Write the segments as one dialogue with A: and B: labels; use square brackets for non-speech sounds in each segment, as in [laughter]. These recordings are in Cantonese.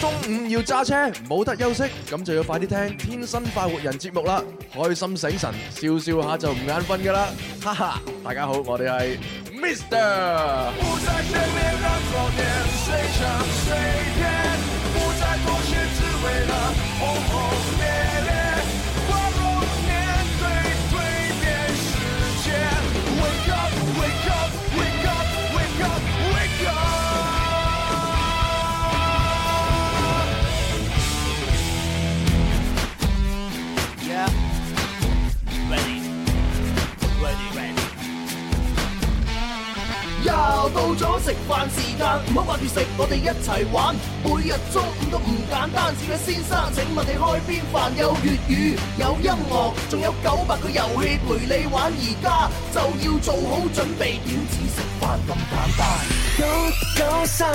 A: 中午要揸車，冇得休息，咁就要快啲聽《天生快活人》節目啦，開心醒神，笑笑下就唔眼瞓噶啦，哈哈！大家好，我哋係 Mr。
B: 不再眷恋，让昨天睡上睡天，不再妥协，只为了轰轰烈烈。光荣面对蜕变世界，Wake up，Wake up，Wake up，Wake up，Wake up。
C: 又到咗食飯時間，唔好掛住食，我哋一齊玩。每日中午都唔簡單，小嘅先生，請問你開邊飯？有粵語，有音樂，仲有九百個遊戲陪你玩。而家就要做好準備，點止食飯咁簡單？
D: 九九三，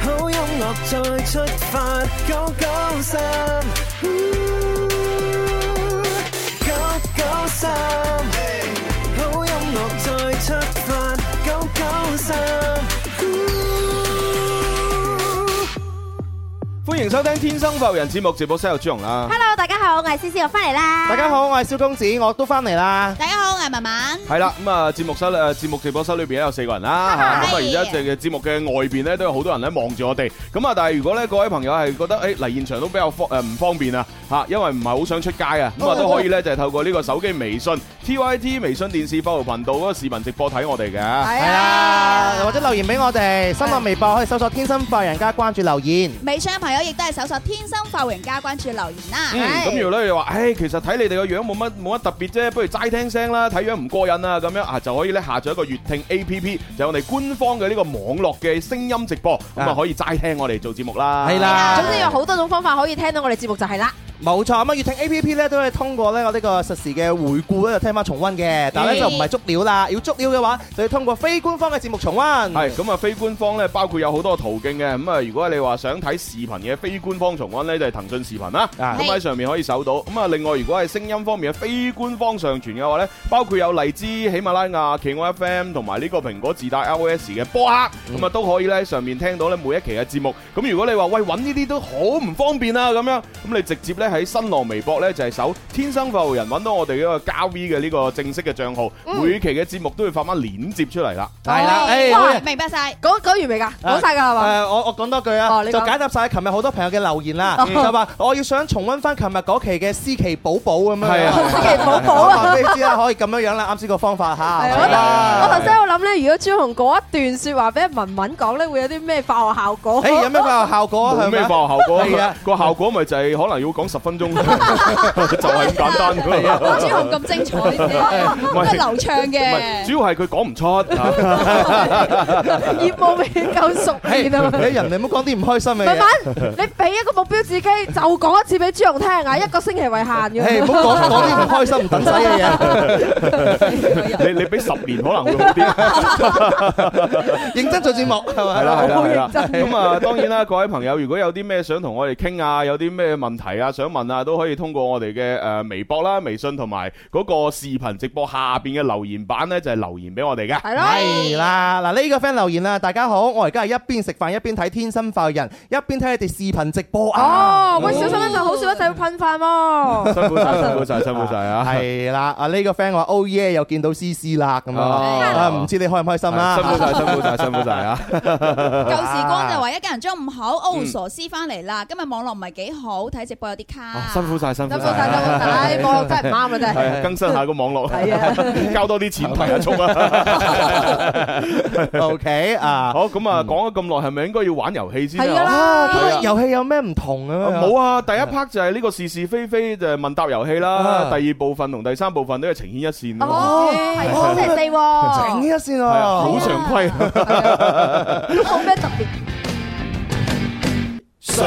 D: 好音樂再出發，九九三，九九三，好音樂再出發，九九三。
E: 欢迎收听《天生浮人》節目，直播室有朱容啦。
F: Hello，大家好，我係思思，又翻嚟啦。
G: 大家，好，我係蕭公子，我都翻嚟啦。
F: 大家好，我係文文。
E: 系啦，咁啊，節目室咧，節目直播室裏邊咧有四個人啦，嚇咁啊，然之後隻嘅節目嘅外邊咧都有好多人咧望住我哋。咁啊，但係如果咧各位朋友係覺得誒嚟現場都比較方誒唔方便啊，嚇，因為唔係好想出街啊，咁啊都可以咧就係透過呢個手機微信 TYT 微信電視服務頻道嗰個視頻直播睇我哋嘅。
G: 係啊啦，或者留言俾我哋，新浪微博可以搜索天生快活人家關注留言。
H: 微信嘅朋友亦都係搜索天生快活人家關注留言啦。
E: 嗯，咁如果咧你話，誒其實睇你哋個樣冇乜冇乜特別啫，不如齋聽聲啦，睇樣唔過癮啊，咁樣啊就可以咧下載一個粵聽 A P P，就係我哋官方嘅呢個網絡嘅聲音直播，咁啊
G: 啊
E: 可以齋聽我哋做節目啦。
G: 係啦
F: 總之有好多種方法可以聽到我哋節目就係啦。
G: 冇錯，咁啊，粵聽 A P P 咧都可以通過咧我呢個實時嘅回顧咧就聽翻重温嘅，但係咧就唔係足料啦，要足料嘅話就要通過非官方嘅節目重温。
E: 係咁啊，非官方咧包括有好多途徑嘅，咁啊如果你話想睇視頻嘅非官方重温咧，就係騰訊視頻啦，
G: 啊
E: 咁喺上面可以搜到。咁啊，另外如果係聲音方面嘅非官方上傳嘅話咧，包括有荔枝、喜馬拉雅、企鵝 FM 同埋呢個蘋果自帶 iOS 嘅播客，咁啊都可以咧喺上面聽到咧每一期嘅節目。咁如果你話喂揾呢啲都好唔方便啊咁樣，咁你直接咧喺新浪微博咧就係搜「天生快活人」揾到我哋嗰個加 V 嘅呢個正式嘅帳號，每期嘅節目都會發翻鏈接出嚟啦。
G: 係啦，誒
F: 哇
G: 好嘢
H: 明白晒，
F: 講講完未㗎？講晒㗎啦嘛？
G: 誒，我我講多句啊
F: 哦，你講
G: 就解答晒琴日好多朋友嘅留言啦，
F: 嗯
G: 就話我要想重温翻琴日嗰期嘅思琪寶寶咁樣。
E: 係啊
F: 思琪寶寶
G: [laughs]
F: 啊
G: 我話俾你知啦，可以咁樣樣啦，啱先個方法嚇。
F: 係
G: 係
F: 啊
G: 啦
F: 我頭先喺度諗咧，如果朱紅嗰一段説話俾文文講咧，會有啲咩化學效
G: [laughs]
F: 果？
G: 誒哎有咩化學效果啊？
E: 冇
G: 係
E: 咩
G: 咪？
E: 化學效果，
G: 係啊
E: 個效果咪就係可能要講十分
G: [laughs]
E: 鐘，就係咁簡單㗎
G: 啊
E: 啦
H: 我朱紅咁精彩，咁係流
E: 唔
H: 暢
E: 係
H: 嘅。
E: 主要係佢講唔出，啊
F: 業務未夠熟
E: [laughs]
F: 練啊嘛！
G: 誒哎
F: [laughs]
G: 人哋唔好講啲唔開心嘅
F: 文
G: 嘢。
F: 文，你俾一個目標自己，就講一次俾朱紅聽啊！一個星期為限
G: 哎誒唔
F: 嘅。
G: 好講講啲唔開心唔等使嘅
E: [laughs]
G: 嘢，
E: 你你俾十年可能會好啲，
G: 認真做節目係咪？
E: 係啦係啦係啦
F: 好認。真
E: 咁啊，當然啦，各位朋友，如果有啲咩想同我哋傾啊，有啲咩問題啊想問啊，都可以通過我哋嘅誒微博啦、微信同埋嗰個視頻直播下邊嘅留言版咧，就係留言俾我哋嘅。
F: [laughs] 係咯。
G: 係啦，嗱呢個 friend 留言啦，大家好，我而家係一邊食飯一邊睇《天生快活人》，一邊睇你哋視頻直播啊！
F: 哦，喂，小心一陣，好少一陣要噴飯喎。
E: 辛苦晒，辛苦晒，辛苦晒啊！
G: 係啦，啊呢個 friend 話 Oh yeah，又見到 C C 啦咁樣，
E: 哦
G: 啊唔知你開唔開心
E: 辛苦
G: 啦？
E: 晒，辛苦晒，辛苦晒啊！
H: 舊時光就話一家人中午好，哦傻師翻嚟啦。今日網絡唔係幾好，睇直播有啲
E: 啊
H: 卡。
E: 辛苦晒，辛苦
F: 辛苦
E: 晒
F: 晒，辛。苦晒，唉網絡真係唔啱啊，真係。
E: 系更新下個網
F: 係啊
E: 絡， [laughs] 交多啲錢提下速啊！
F: [laughs]
G: O K 啊，
E: 好咁 [laughs] 啊，講咗咁耐，係咪應該要玩遊戲先
F: 嗯係㗎
E: 啊？
F: 啦。
E: 係啊
G: 遊戲有咩唔同
E: 啊
G: 啊？
E: 冇啊！第一 part 就係呢個是是非非就係問答遊戲啦，
G: 啊
E: 第二部分同第三部分都係呈牽一線咯，
F: 哦，係
G: 哦
F: 星期四
G: 整
F: 喎，
G: 一先
E: 係啊，
G: 咯
E: 好。常規。 [laughs]
F: 都冇咩特別。
C: 常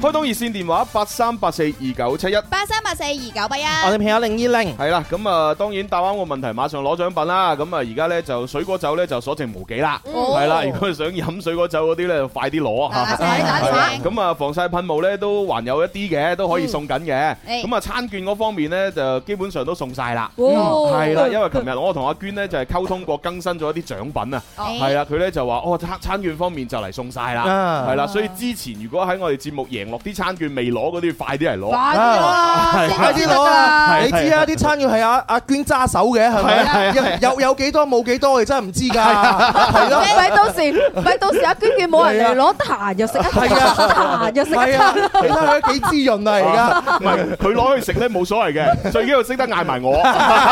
E: 開通熱線電話八三八四二九七一。
H: 八三八四二九八一。
G: 我哋朋友零二零，
E: 系啦，咁啊，當然答啱個問題，馬上攞獎品啦。咁啊，而家咧就水果酒咧就所剩無幾啦。
H: 哦
E: 係啦，如果想飲水果酒嗰啲咧，就快啲攞
H: 嗱
E: 啊！
H: 嗱聲打電話
E: 係啦咁啊，防曬噴霧咧都還有一啲嘅，都可以送緊嘅。
H: 嗯
E: 咁啊，餐券嗰方面咧就基本上都送晒啦。
F: 哦
E: 係啦，因為琴日我同阿娟咧就係溝通過，更新咗一啲獎品啊。係啦，佢咧就話哦，餐餐券方面就嚟送晒啦。
G: 啊
E: 係啦，所以之前如果喺我哋節目贏落啲餐券未攞嗰啲，快啲嚟攞。
F: 快啲啦，
E: 係
G: 快啲攞
E: 係
G: 啊！
E: 係
G: 你知啊，啲餐要係阿阿娟揸手嘅，係
E: 係啊係啊係啊
G: 咪？有有幾多冇幾多，我哋真係唔知㗎，係咯。
F: 咪到時咪到時阿娟見冇人嚟攞，得閒又食一餐，
G: 係
F: 得
G: 啊
F: 閒又食一
G: 係啊
F: 餐，，
G: 你睇佢幾滋潤啊！
E: [laughs]
G: 而家
E: 唔係佢攞去食咧冇所謂嘅，最緊要識得嗌埋我，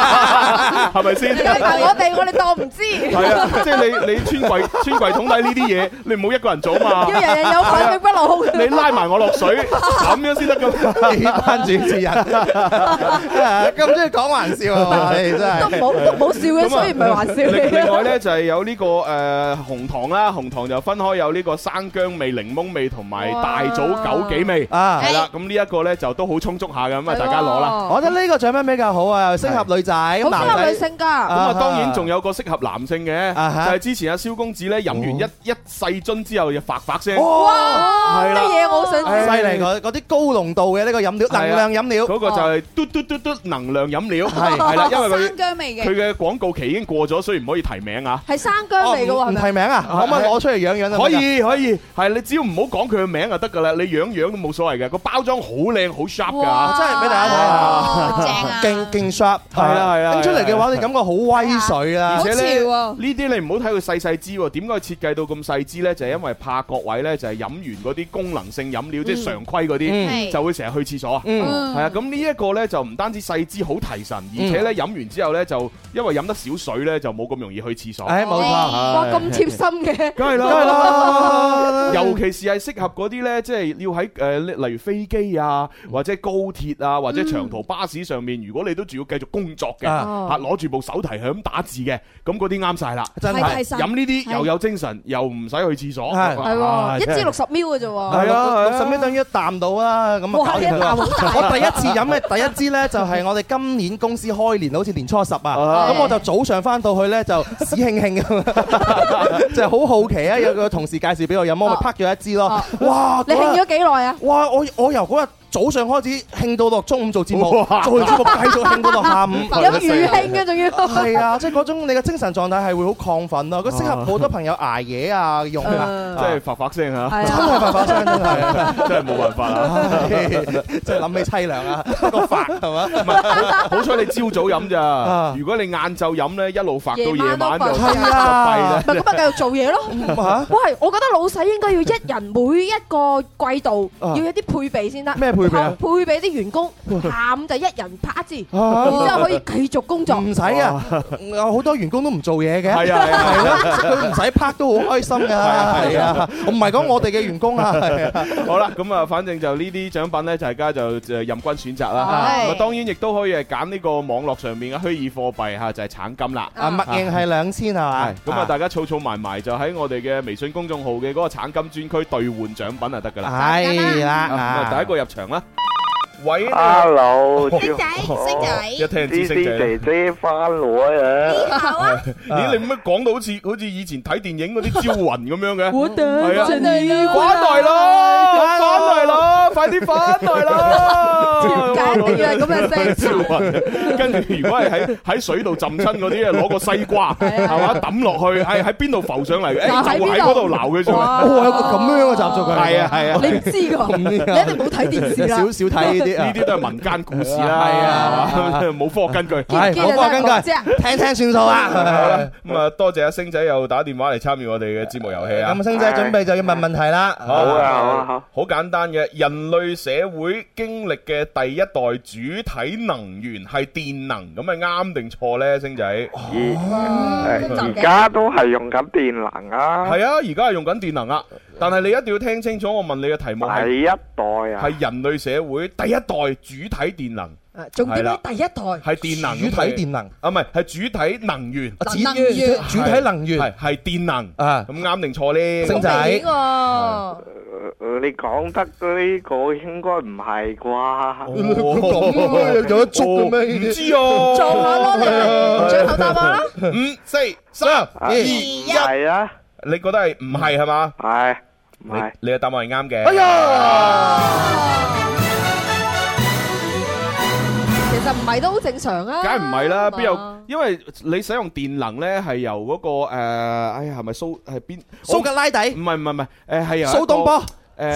E: 係咪先？
F: 計埋我哋，我哋當唔知。
E: 係啊，即係你你穿櫃穿櫃桶底呢啲嘢，你唔好一個人做嘛
F: 要。人人有份，永不落空。
E: 你拉埋我落水，咁樣先得噶。
G: [laughs] 呢班主持人咁中意講玩笑啊！你真
F: 都
G: 係
F: 冇都冇笑嘅，所以唔係玩笑
E: 另另外
F: 嚟嘅。
E: 咧就係有呢個誒紅糖啦，紅糖就分開有呢個生姜味、檸檬味同埋大棗枸杞味。
G: 啊！
E: 係啦，咁呢一個咧就都好充足下嘅，咁啊大家攞
F: Ờ.
E: 啦。
G: 我覺得呢個獎品比較好啊，適合女仔，
F: 好
G: 男
F: 適合女
G: 仔。
F: 性
E: 咁
F: 㗎。
E: 啊，
G: 啊
E: 當然仲有個適合男性嘅，
G: 啊哈
E: 就係之前阿蕭公子咧飲完一一細樽之後就發發聲。
F: Ờ,
G: 哇！
F: 哇！
E: 係
F: 乜
E: 啦
F: 嘢我好想
E: 係
F: 知。
G: 犀利嗰嗰啲高濃度嘅呢個飲料，
E: 係啊
G: 能量飲料。
E: 嗰個就係嘟嘟嘟嘟能量飲料，係係啦，
F: Ờ,
E: 因為佢
H: 生姜味
E: 佢
H: 嘅，
E: 嘅廣告期已經過咗，所以唔可以提名啊。
F: 係生姜嚟嘅
G: 哦
F: 喎，
G: 唔
F: 係
G: 唔
F: 咪？
G: 提名啊？可唔可以攞出嚟養養啊？
E: 可以可以，係你只要唔好講佢嘅名就得㗎啦，你樣樣都冇所謂嘅，個包裝好靚好 sharp 㗎。
G: 真係俾大家睇
H: 哇正
G: 下
H: 啊，
G: 勁勁 sharp，
E: 係啦係啦
G: Ờ. 拎出嚟嘅話，你感覺好威水啦
E: 而
H: 好。
E: 且
H: 潮
E: 咧，
H: 喎
E: 呢啲你唔好睇佢細細支喎，點解佢設計到咁細支呢？就係因為怕各位呢，就係飲完嗰啲功能性飲料，即係常規嗰
G: 嗯
E: 啲，
H: 係
E: 就會成日去廁所啊。
G: 嗯，
H: 嗯
E: 係啊，咁呢一個呢，就唔單止細支好提神，而且呢，飲完之後呢，就因為飲得少水呢，就冇咁容易去廁所。
G: 誒冇錯，
F: 哇！咁
G: Ờ.
F: 貼心嘅，
E: 梗係
F: [laughs]
E: 啦，
G: 梗係。啦，
E: 尤其是係適合嗰啲呢，即係要喺誒、呃例如飛機啊，或者高鐵啊，或者長途巴士上面，如果你都仲要繼續工作嘅，
F: Ờ,
G: 啊
E: 嚇攞住部手提係咁打字嘅，咁嗰啲啱晒啦。
G: 真
H: 係
G: 係
H: 提神
E: 飲呢啲
H: 係
E: 又有精神，又唔使去廁所，
G: 係
F: 係
E: 啊
F: 喎，一
E: 真係
F: 支六十 ml 嘅啫
G: Ờ,
F: 喎。
E: 係啊
G: 六十蚊等於一啖到啦，咁啊
F: 哇
G: 搞掂
F: 一啖
G: 啦。
F: 好大
G: 我第一次飲嘅第一支呢，就係我哋今年公司開年，好似年初十啊，咁我就早上翻到去呢，就屎慶慶咁， [laughs] 就好好奇啊！有個同事介紹俾我飲，我咪
F: 哦
G: 拍咗一支咯。哇！
F: 你興
G: 嗰日
F: 咗幾耐啊？
G: 哇！我我由嗰日早上開始興到落中午做節目，
E: 哇
G: 做完節目繼續興到
E: [laughs]
G: 落下午。
F: 有餘興嘅仲要。
G: 係啊，即係嗰種你嘅精神狀態係會好亢奮啊咯，佢適
E: 啊
G: 合好多朋友捱夜啊用啊，
E: 真
F: 誒
E: 係發發聲嚇，
F: 係
G: 真
F: 啊，
G: 係發發聲真係，
E: 真係冇辦法 [laughs] 啊！
G: [laughs] 即係諗起凄涼啊，個發係嘛？
E: 好彩你朝早飲咋，
G: 啊
E: 如果你晏晝飲呢，一路發到夜
F: 夜晚都
E: 晚就
F: 發
E: 就
G: 係
E: 弊
G: 啊
E: 啦。
F: 咪咁咪繼續做嘢咯。
E: [laughs] 啊
G: 嚇
F: [laughs] 喂，我覺得老細應該要一人每一個季度
G: 啊
F: 要有啲配備先得。
G: 咩配備啊
F: 配備啲員工，下午就一人拍一支，
G: 啊
F: 然之後可以繼續工作。
G: 唔使啊，有好多員工都唔做嘢嘅。
E: 哦係啊係啊
G: 係咯，佢唔使拍都好開心㗎。係啊，我唔係講我哋嘅員工啊。係啊
E: 好啦，咁啊，反正就呢啲獎品咧，大家就誒任君選擇啦。
H: 係
E: 咁啊，當然亦都可以係揀呢個網絡上面嘅虛擬貨幣嚇，就係橙金啦。
G: 啊，默認係兩千係嘛
E: 係，？咁啊，大家儲儲埋埋就喺我哋嘅微信公眾號嘅嗰個橙金專區兌換獎品就得噶啦。
G: 係啦，
E: 咁啊，第一
G: 啊
E: 個入場啦。喂，你好
I: Hello，
H: 星仔，星
E: 一
H: 仔，
E: 聽就知
I: C
E: 星
I: C
E: 仔。
I: 姐姐翻來啊！
H: 你好啊，
E: 咦，你乜講到好似好似以前睇電影嗰啲招魂咁樣嘅？
F: 我等
E: 係啊
F: 着你啦
E: 翻嚟咯，翻嚟咯，快啲翻嚟咯！
F: 點解一定要係咁嘅聲？
E: 跟住如果係喺喺水度浸親嗰啲咧，攞個西瓜
F: 係啊
E: 係嘛抌落去，係喺邊度浮上嚟嘅？
F: 嗱
E: 誒
F: 喺邊
E: 就喺
F: 度
E: 嗰度鬧佢上嚟。
F: 哇
G: 哦，有個咁樣嘅習俗㗎。
E: 係啊係啊，
F: 你唔知㗎，你一定冇睇電視
G: 少
F: 啦。
G: 少睇呢啲
E: 呢
G: 啊。
E: 啲都係民間故事啦，
G: 係啊
E: 係嘛冇科學根據。
F: [laughs] 係
G: [laughs]
F: 啊
G: 係，我話根
F: 見得人
G: 據，聽聽算 [laughs] 數
E: 好
G: 啊
E: 啦。咁啊，多謝阿星仔又打電話嚟參與我哋嘅節目遊戲啊！
G: 咁星仔準備就要問問題啦。
E: 好
I: 啊好啊好
E: 好簡單嘅，人類社會經歷嘅第一代主體能源係電能，咁係啱定錯呢？星仔？
I: 哦
E: 係
I: 而
H: 複雜嘅
I: 而家都係用緊電能啊，
E: 啊，而家係用緊電能啊，但係你一定要聽清楚，我問你嘅題目係
I: 第一代啊，
E: 係人類社會第一代主體電能，係啦係電能，
G: 主體電能
E: 啊，唔係係主體能源，
G: 啊主能源主體能源
E: 係係電能啊，咁啱定錯呢？
G: 星仔
I: 誒你講得呢個應該唔係啩？
G: [laughs]
E: 咁
G: 有得捉嘅咩？
E: 哦唔知哦，
F: 做下
E: [laughs]
F: 咯，你咪最後答案啦。
E: 五四三二一，
I: 一係啊，
E: 你覺得係唔係係嘛？
I: 係唔
E: 你
I: 係？
E: 你嘅答案係啱嘅。
G: 哎呀！
F: 其實唔係都好正常啊。
E: 梗係唔
F: [laughs]
E: 係啦，
F: 係嘛
E: 邊有？因為你使用電能咧，係由嗰個誒，哎呀，係咪蘇係邊？哦
G: 蘇格拉
E: 唔
G: 底、
E: 係唔係唔係，誒係啊，
G: 蘇東波， [laughs]
E: 誒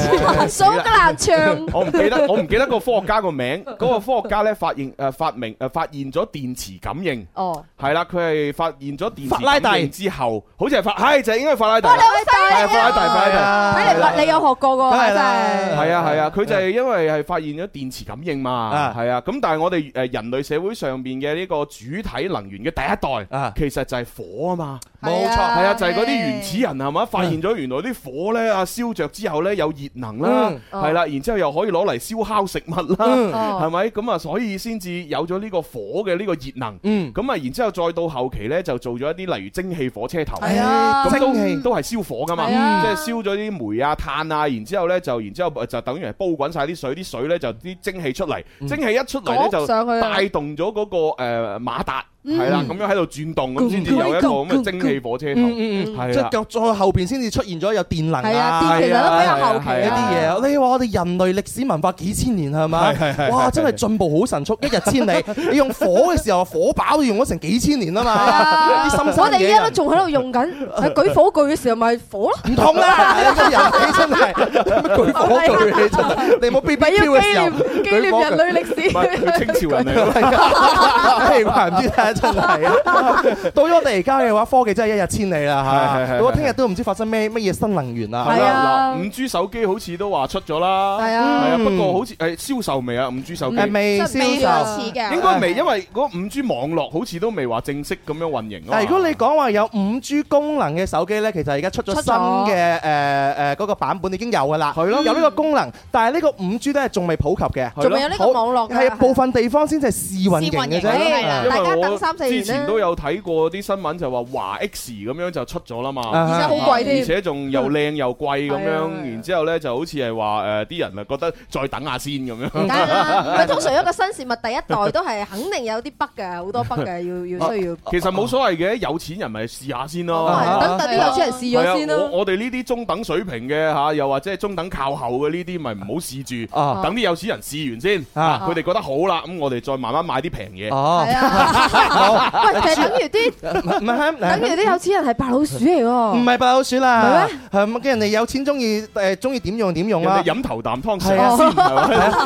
F: 蘇格蘭唱
E: 我唔記得， [laughs] 我唔記得個科學家個名。嗰個科學家咧發現誒發明誒呃發現咗電磁感應，
F: 哦，
E: 係啦，佢係發現咗電
G: 法拉
E: 磁
G: 第
E: 感應之後，好似係法，係就係應該係法拉第
F: 哇，你
E: 啦，
F: 好犀利
E: 係
F: 啊！
E: 法拉第，法拉
G: 啊
F: 睇嚟物理有學過
G: 梗
F: 喎，
G: 係
F: 真
G: 啦
E: 第，
F: 係。
E: 係啊係啊，佢就係因為係發現咗電磁感應嘛
G: 啊，
E: 係啊。咁但係我哋誒人類社會上邊嘅呢個主體能源嘅第一代
G: 啊，
E: 其實就係火啊嘛。
G: 冇錯
E: 係啊，就係嗰啲原始人係
G: 嗯
E: 嘛，發現咗原來啲火咧啊燒着之後咧有熱能啦
G: 嗯，
E: 係啦，然之後又可以攞嚟燒烤食物啦，
G: 嗯
E: 係咪？咁啊，所以先至有咗呢個火嘅呢個熱能。
G: 嗯，
E: 咁啊，然之後再到後期咧，就做咗一啲例如蒸汽火車頭，
F: 係啊
E: 咁都
G: 蒸汽
E: 都係燒火噶嘛，
F: 係啊
E: 即係燒咗啲煤啊、炭啊，然之後咧就，然之後就等於係煲滾晒啲水，啲水咧就啲蒸汽出嚟，蒸汽一出嚟咧就
F: 焗上去啊嗯
E: 帶動咗嗰個誒馬達，係啦，咁樣喺度轉動，咁先至有一個咁嘅蒸汽火車頭，
G: 嗯嗯嗯，
E: 係
G: 即
E: 啦
G: 係。再再後邊先至出現咗有電能
F: 係啊，
G: 啊
F: 電。其實都比較後期
E: 係
G: 一
E: 啊
G: 啲
F: 啊
G: 嘢，你話我哋人類歷史文化幾千年係咪？哇，真係進步好神速，一日千里。你用火嘅時候，火把都用咗成幾千年啊
F: 係啊
G: 嘛，啲深
F: 我
G: 山
F: 哋
G: 野
F: 依家都
G: 人
F: 仲喺度用緊，係舉火炬嘅時候咪火咯，
G: 唔同啦，你真係你真係咩舉火炬你真係，你冇 B B
F: 咪要
G: Q 嘅時候
F: 紀念紀念人類歷
E: 唔係
F: 史。
E: 佢清朝人嚟
F: [laughs] 啊
E: 㗎，
G: [laughs] 唉，怪唔知啦，真係啊！到咗我哋而家嘅話，科技真係一日千里啦
E: 係係係
G: 嚇。到咗聽日都唔知發生咩乜嘢新能源啦。
F: 係啊
E: 嗱，五 G 手機好似都話出咗啦，
F: 係啊
E: 係啊，不過好似誒銷售未啊？五 G 手機
G: 誒未銷售。
H: 似嘅，
E: 應該未，因為嗰五 G 網絡好似都未話正式咁樣運營啊嘛。
G: 但係如果你講話有五 G 功能嘅手機呢，其實而家出咗
F: 出咗
G: 新嘅誒誒嗰個版本已經有㗎啦，係咯，有呢個功能，但係呢個五 G 呢，仲未普及嘅，
E: 係咯
F: 仲未有呢個網絡㗎啊
G: 係啊部分地方先至係試運營嘅
H: 試運營
G: 啫
H: 係啦。
E: 因
F: 大家
E: 為
F: 等
E: 我
F: 三四年
E: 之
F: 啦
E: 前都有睇過啲新聞，就話華 X 咁樣就出咗啦嘛。
G: 啊
F: 而且好貴
E: 而
F: 添。
E: 且仲又靚又貴咁
F: 係啊係
E: 樣，
F: 啊
E: 然之後咧就好似係話誒啲人啊覺得再等下先咁樣。
G: 嗯
F: 梗係啦，唔係通常一個新事物第一代都係肯定有啲北嘅，好多北嘅要要需要。
E: 其實冇所謂嘅，有錢人咪試下先
F: 都
E: 咯。
G: 哦
F: 係啊等等啲有錢人試
E: 係啊
F: 咗先
E: 我
F: 咯。
E: 我哋呢啲中等水平嘅嚇，又或者係中等靠後嘅呢啲，咪唔好試住，
G: 啊
E: 等啲有錢人試完先，
G: 啊
E: 嚇佢哋覺得好啦，咁我哋再慢慢買啲平嘢。
G: 哦
F: 係，啊，喂，就係等於啲
G: 唔唔係
F: 等於啲有錢人係白老鼠嚟喎。
G: 唔係白老鼠啦，係咁人哋有錢中意誒中意點用點用
E: 人哋
G: 啦。
E: 飲頭啖湯食
G: 係啊
E: 先，係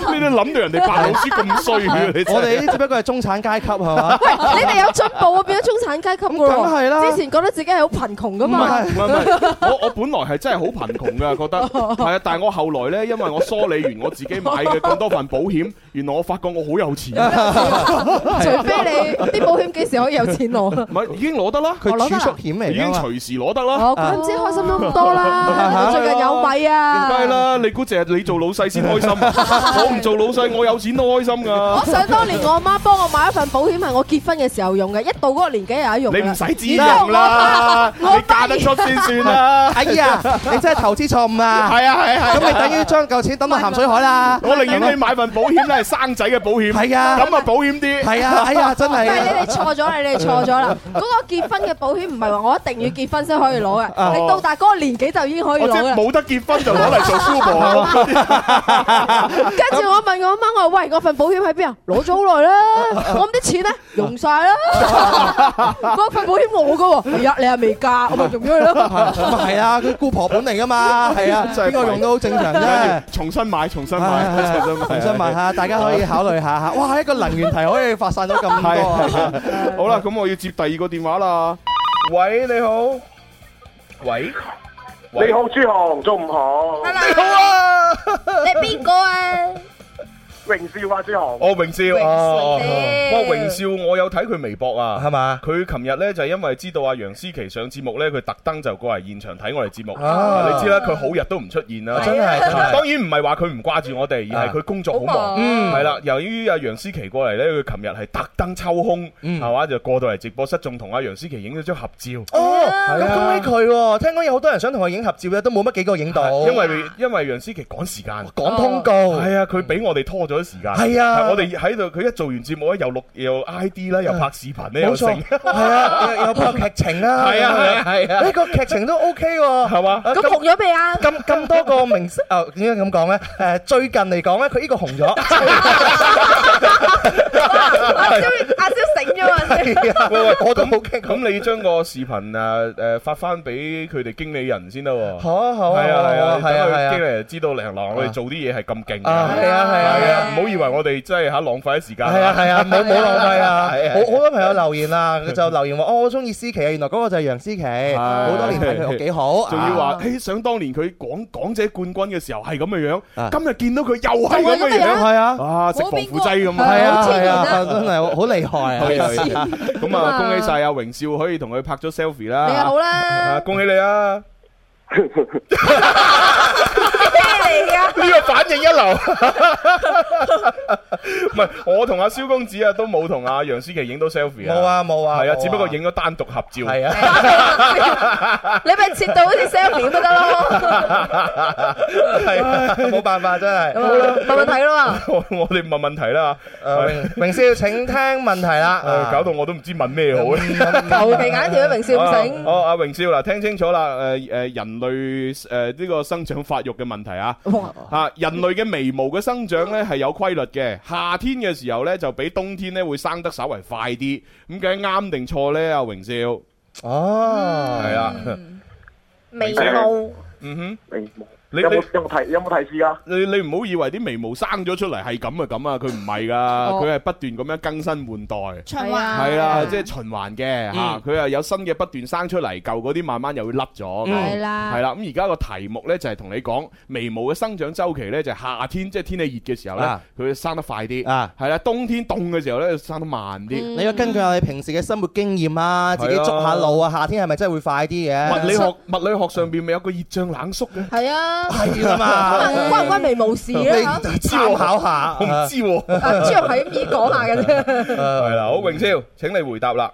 E: 嘛？你都諗到人哋白老鼠咁衰嘅，你真係
G: 我哋呢啲只不過係中產階級啊係
F: [laughs]
G: 嘛？
F: 喂，你哋有進步啊，變咗中產階級㗎喎。
G: 梗係啦
F: 之前覺得自己係好貧窮噶
E: 唔係
G: 啊
F: 嘛。
E: 唔係唔係，我我本來係真係好貧窮噶，覺得係
G: [laughs]
E: 啊，但係我後來咧，因為我梳理完我自己買嘅咁多份保險，原來我發覺我好有錢，
G: [laughs]
F: 除非你啲保險幾時可以有錢
G: [laughs]
F: 攞啊？
E: 唔係已經攞得啦，
G: 佢
F: 我攞
G: 儲
F: 得啊啦
G: 蓄險嚟
E: 已經
G: 㗎嘛哦
E: 隨時攞得啦。
F: 我怪唔知開心咗咁多啦，
G: 啊
F: 最近有米啊！
E: 梗係！啦，你估淨係你做老細先開
G: [laughs]
E: 心，我唔做老細，我有錢都開心
F: 我
E: 噶。
F: 想當年我阿媽幫我買一份保險係我結婚嘅時候用嘅，一到嗰個年紀又有得
E: 你
F: 用㗎啦
E: 唔使知用啦，
F: 我媽
E: 你嫁得出先算啦。
G: 哎呀，你真係投資錯誤啊！
E: 係啊係啊
G: 咁
E: 係啊，
G: 你等於將嚿錢抌到鹹水海啦。
E: 我寧願你買份保險咧係生仔嘅保險，
G: 係啊
E: 咁啊保險啲。[laughs]
G: 係啊，哎呀，真係
F: 但係你
G: 啊
F: 哋錯咗啦，你哋錯咗
G: [laughs]
F: 啦！嗰個結婚嘅保險唔係話我一定要結婚先可以攞嘅，你到達嗰個年紀就已經可以
E: 我即
F: 攞
E: 係
F: 啦。
E: 冇得結婚就攞嚟做姑婆。
F: [laughs]
E: [laughs]
F: 跟住我問我阿媽，我話：喂，我份保險喺邊啊？攞咗好耐 [laughs] 啦，我啲錢咧用晒 [laughs] 啦。嗰份保險我嘅喎，係啊，你係未嫁，我咪用咗佢咯。
G: 咁係啊，佢姑婆本
E: [laughs]
G: 嚟噶嘛，係啊，
E: 真係
G: 邊個用都好正常
E: 跟
G: 啫。
E: 住重新買，重新買，重新買。
G: 唔想問下，大家可以考慮下嚇。哇，一個能源題可以發散到咁多啊，
E: 好啦，咁我要接第二個電話啦。喂，你好。喂，
I: 你好，朱紅，中午好。
E: 你好啊！
H: à. 你邊個啊？
I: 榮少啊，朱紅。
E: 哦，榮少
H: 榮少
E: 哦，哇！榮
H: 嗯
E: 少，我有睇佢微博啊，
G: 係嘛
E: 佢琴日呢，就係因為知道阿楊思琪上節目呢，佢特登就過嚟現場睇我哋節目。
G: 啊
E: 你知啦，佢好日都唔出現啦，
G: 真係真係
E: 當然唔係話佢唔掛住我哋，而係佢工作好忙。
G: 嗯
E: 係啦，由於阿楊思琪過嚟呢，佢琴日係特登抽空，
G: 嗯
E: 係嘛就過到嚟直播室，仲同阿楊思琪影咗張合照。
G: 哦，
E: 係
G: 咁
E: 啊
G: 恭喜佢喎！聽講有好多人想同佢影合照嘅，都冇乜幾個影到，
E: 因為因為楊思琪趕時間。
G: 講通告。
E: 系啊，佢俾我哋拖咗啲時間。
G: 係啊
E: 我哋喺度，佢一做完節目咧，又錄又 I D 啦，又拍視頻咧，又
G: 冇
E: 成。 [laughs]
G: 錯，係啊，有有拍劇情啦，
E: 係啊係啊係啊
G: 呢個劇情都 OK 喎，
E: 係嘛
G: 啊
F: [laughs] 咁紅咗未啊？
G: 咁咁多個明星，誒點解咁講咧？誒最近嚟講咧，佢呢個紅咗，
F: 阿蕭阿蕭醒咗啊！
E: 喂喂，
G: 我都
E: 咁
G: 好驚
E: 咁你將個視頻啊誒發翻俾佢哋經理人先得喎。
G: 好啊好啊
E: 係啊係啊，
G: 好啊係
E: 等
G: 啊係
E: 佢
G: 啊
E: 經理人知道嗱嗱，我哋做啲嘢係咁勁㗎。
G: 啊係啊係啊
E: 係啊，唔好以為我哋真係嚇浪費啲時間。
G: 係啊係啊，冇冇浪費啊！
E: 係啊
G: 好好多朋友留言啊，就留言話：哦，我中意思琪啊！原來嗰個就係楊思琪，好多年睇佢幾好，
E: 仲要話，誒想當年佢港港姐冠軍嘅時候係咁嘅
G: 啊
E: 樣，今日見到佢又係咁
F: 又係
E: 嘅
F: 咁嘅
E: 樣
F: 樣，
G: 係啊
E: 啊食防腐劑咁啊
G: 係啊
F: 好黐
G: 係
F: 人啊
G: 啊，真係好好厲害啊！
E: 咁啊，恭喜晒阿榮少可以同佢拍咗 selfie 啦。
F: 你又好
E: 啊，
F: 啦，
E: 恭喜你啊！
F: 咩嚟㗎？
E: 呢個反應一流，唔係我同阿蕭公子啊，都冇同阿楊思琪影到 selfie
G: 冇啊冇啊，
E: 係
G: 冇
E: 啊，只不過影咗單獨合照。 [laughs]
G: 係 [laughs] 啊。
F: 你咪切到好似 selfie 咁 [laughs] 咪得咯，
G: 係啊冇辦法真係。
F: 冇問題咯。
E: 我我哋問問題啦，
G: 誒，榮少請聽問題啦。
E: 誒搞到我都唔知問咩好咧。
F: 求其揀條榮少唔
E: 啊
F: 醒，
E: 哦，阿榮少嗱，聽清楚啦，誒誒，人類誒呢個生長發育嘅問題啊。
F: 哇！
E: 啊！人類嘅眉毛嘅生長咧係有規律嘅，夏天嘅時候咧就比冬天咧會生得稍為快啲。咁究竟啱定錯咧？阿榮少
G: 哦，
E: 係啊，
F: 眉毛
E: 嗯哼。你
I: 明白有冇
E: 你
I: 有冇提有冇提示 [clears throat] 啊？
E: 你你唔好以為啲眉毛生咗出嚟係咁啊咁啊，佢唔係噶，
F: 哦
E: 佢係不斷咁樣更新換代，
H: 循
F: 係啊嗯
H: 環
E: 係啦，即係循環嘅吓，佢係有新嘅不斷生出嚟，舊嗰啲慢慢又會甩
F: 嗯
E: 咗。
H: 係
E: 咁
H: 啦
E: 係啦，咁而家個題目呢，就係同你講眉毛嘅生長周期呢，就係夏天即係天氣熱嘅時候呢
G: 啊，
E: 佢生得快啲，
G: 啊
E: 係啦，冬天凍嘅時候呢，生得慢啲。
G: 你要根據下你平時嘅生活經驗啊，自己捉下路啊，夏天係咪真係會快啲
F: 嗯
G: 嘅？
F: [laughs]
E: 物理學物理學上邊咪有個熱脹冷縮嘅，
F: 係啊，
G: 係啊
F: [laughs]
G: 嘛，
F: 關唔關眉毛事咧？嚇
G: 你參考下。
E: 我唔知
G: [laughs]
E: 喎。
F: 啊朱紅係咁意講下 [laughs] 嘅啫。
E: 係啦，好，榮超，請你回答啦。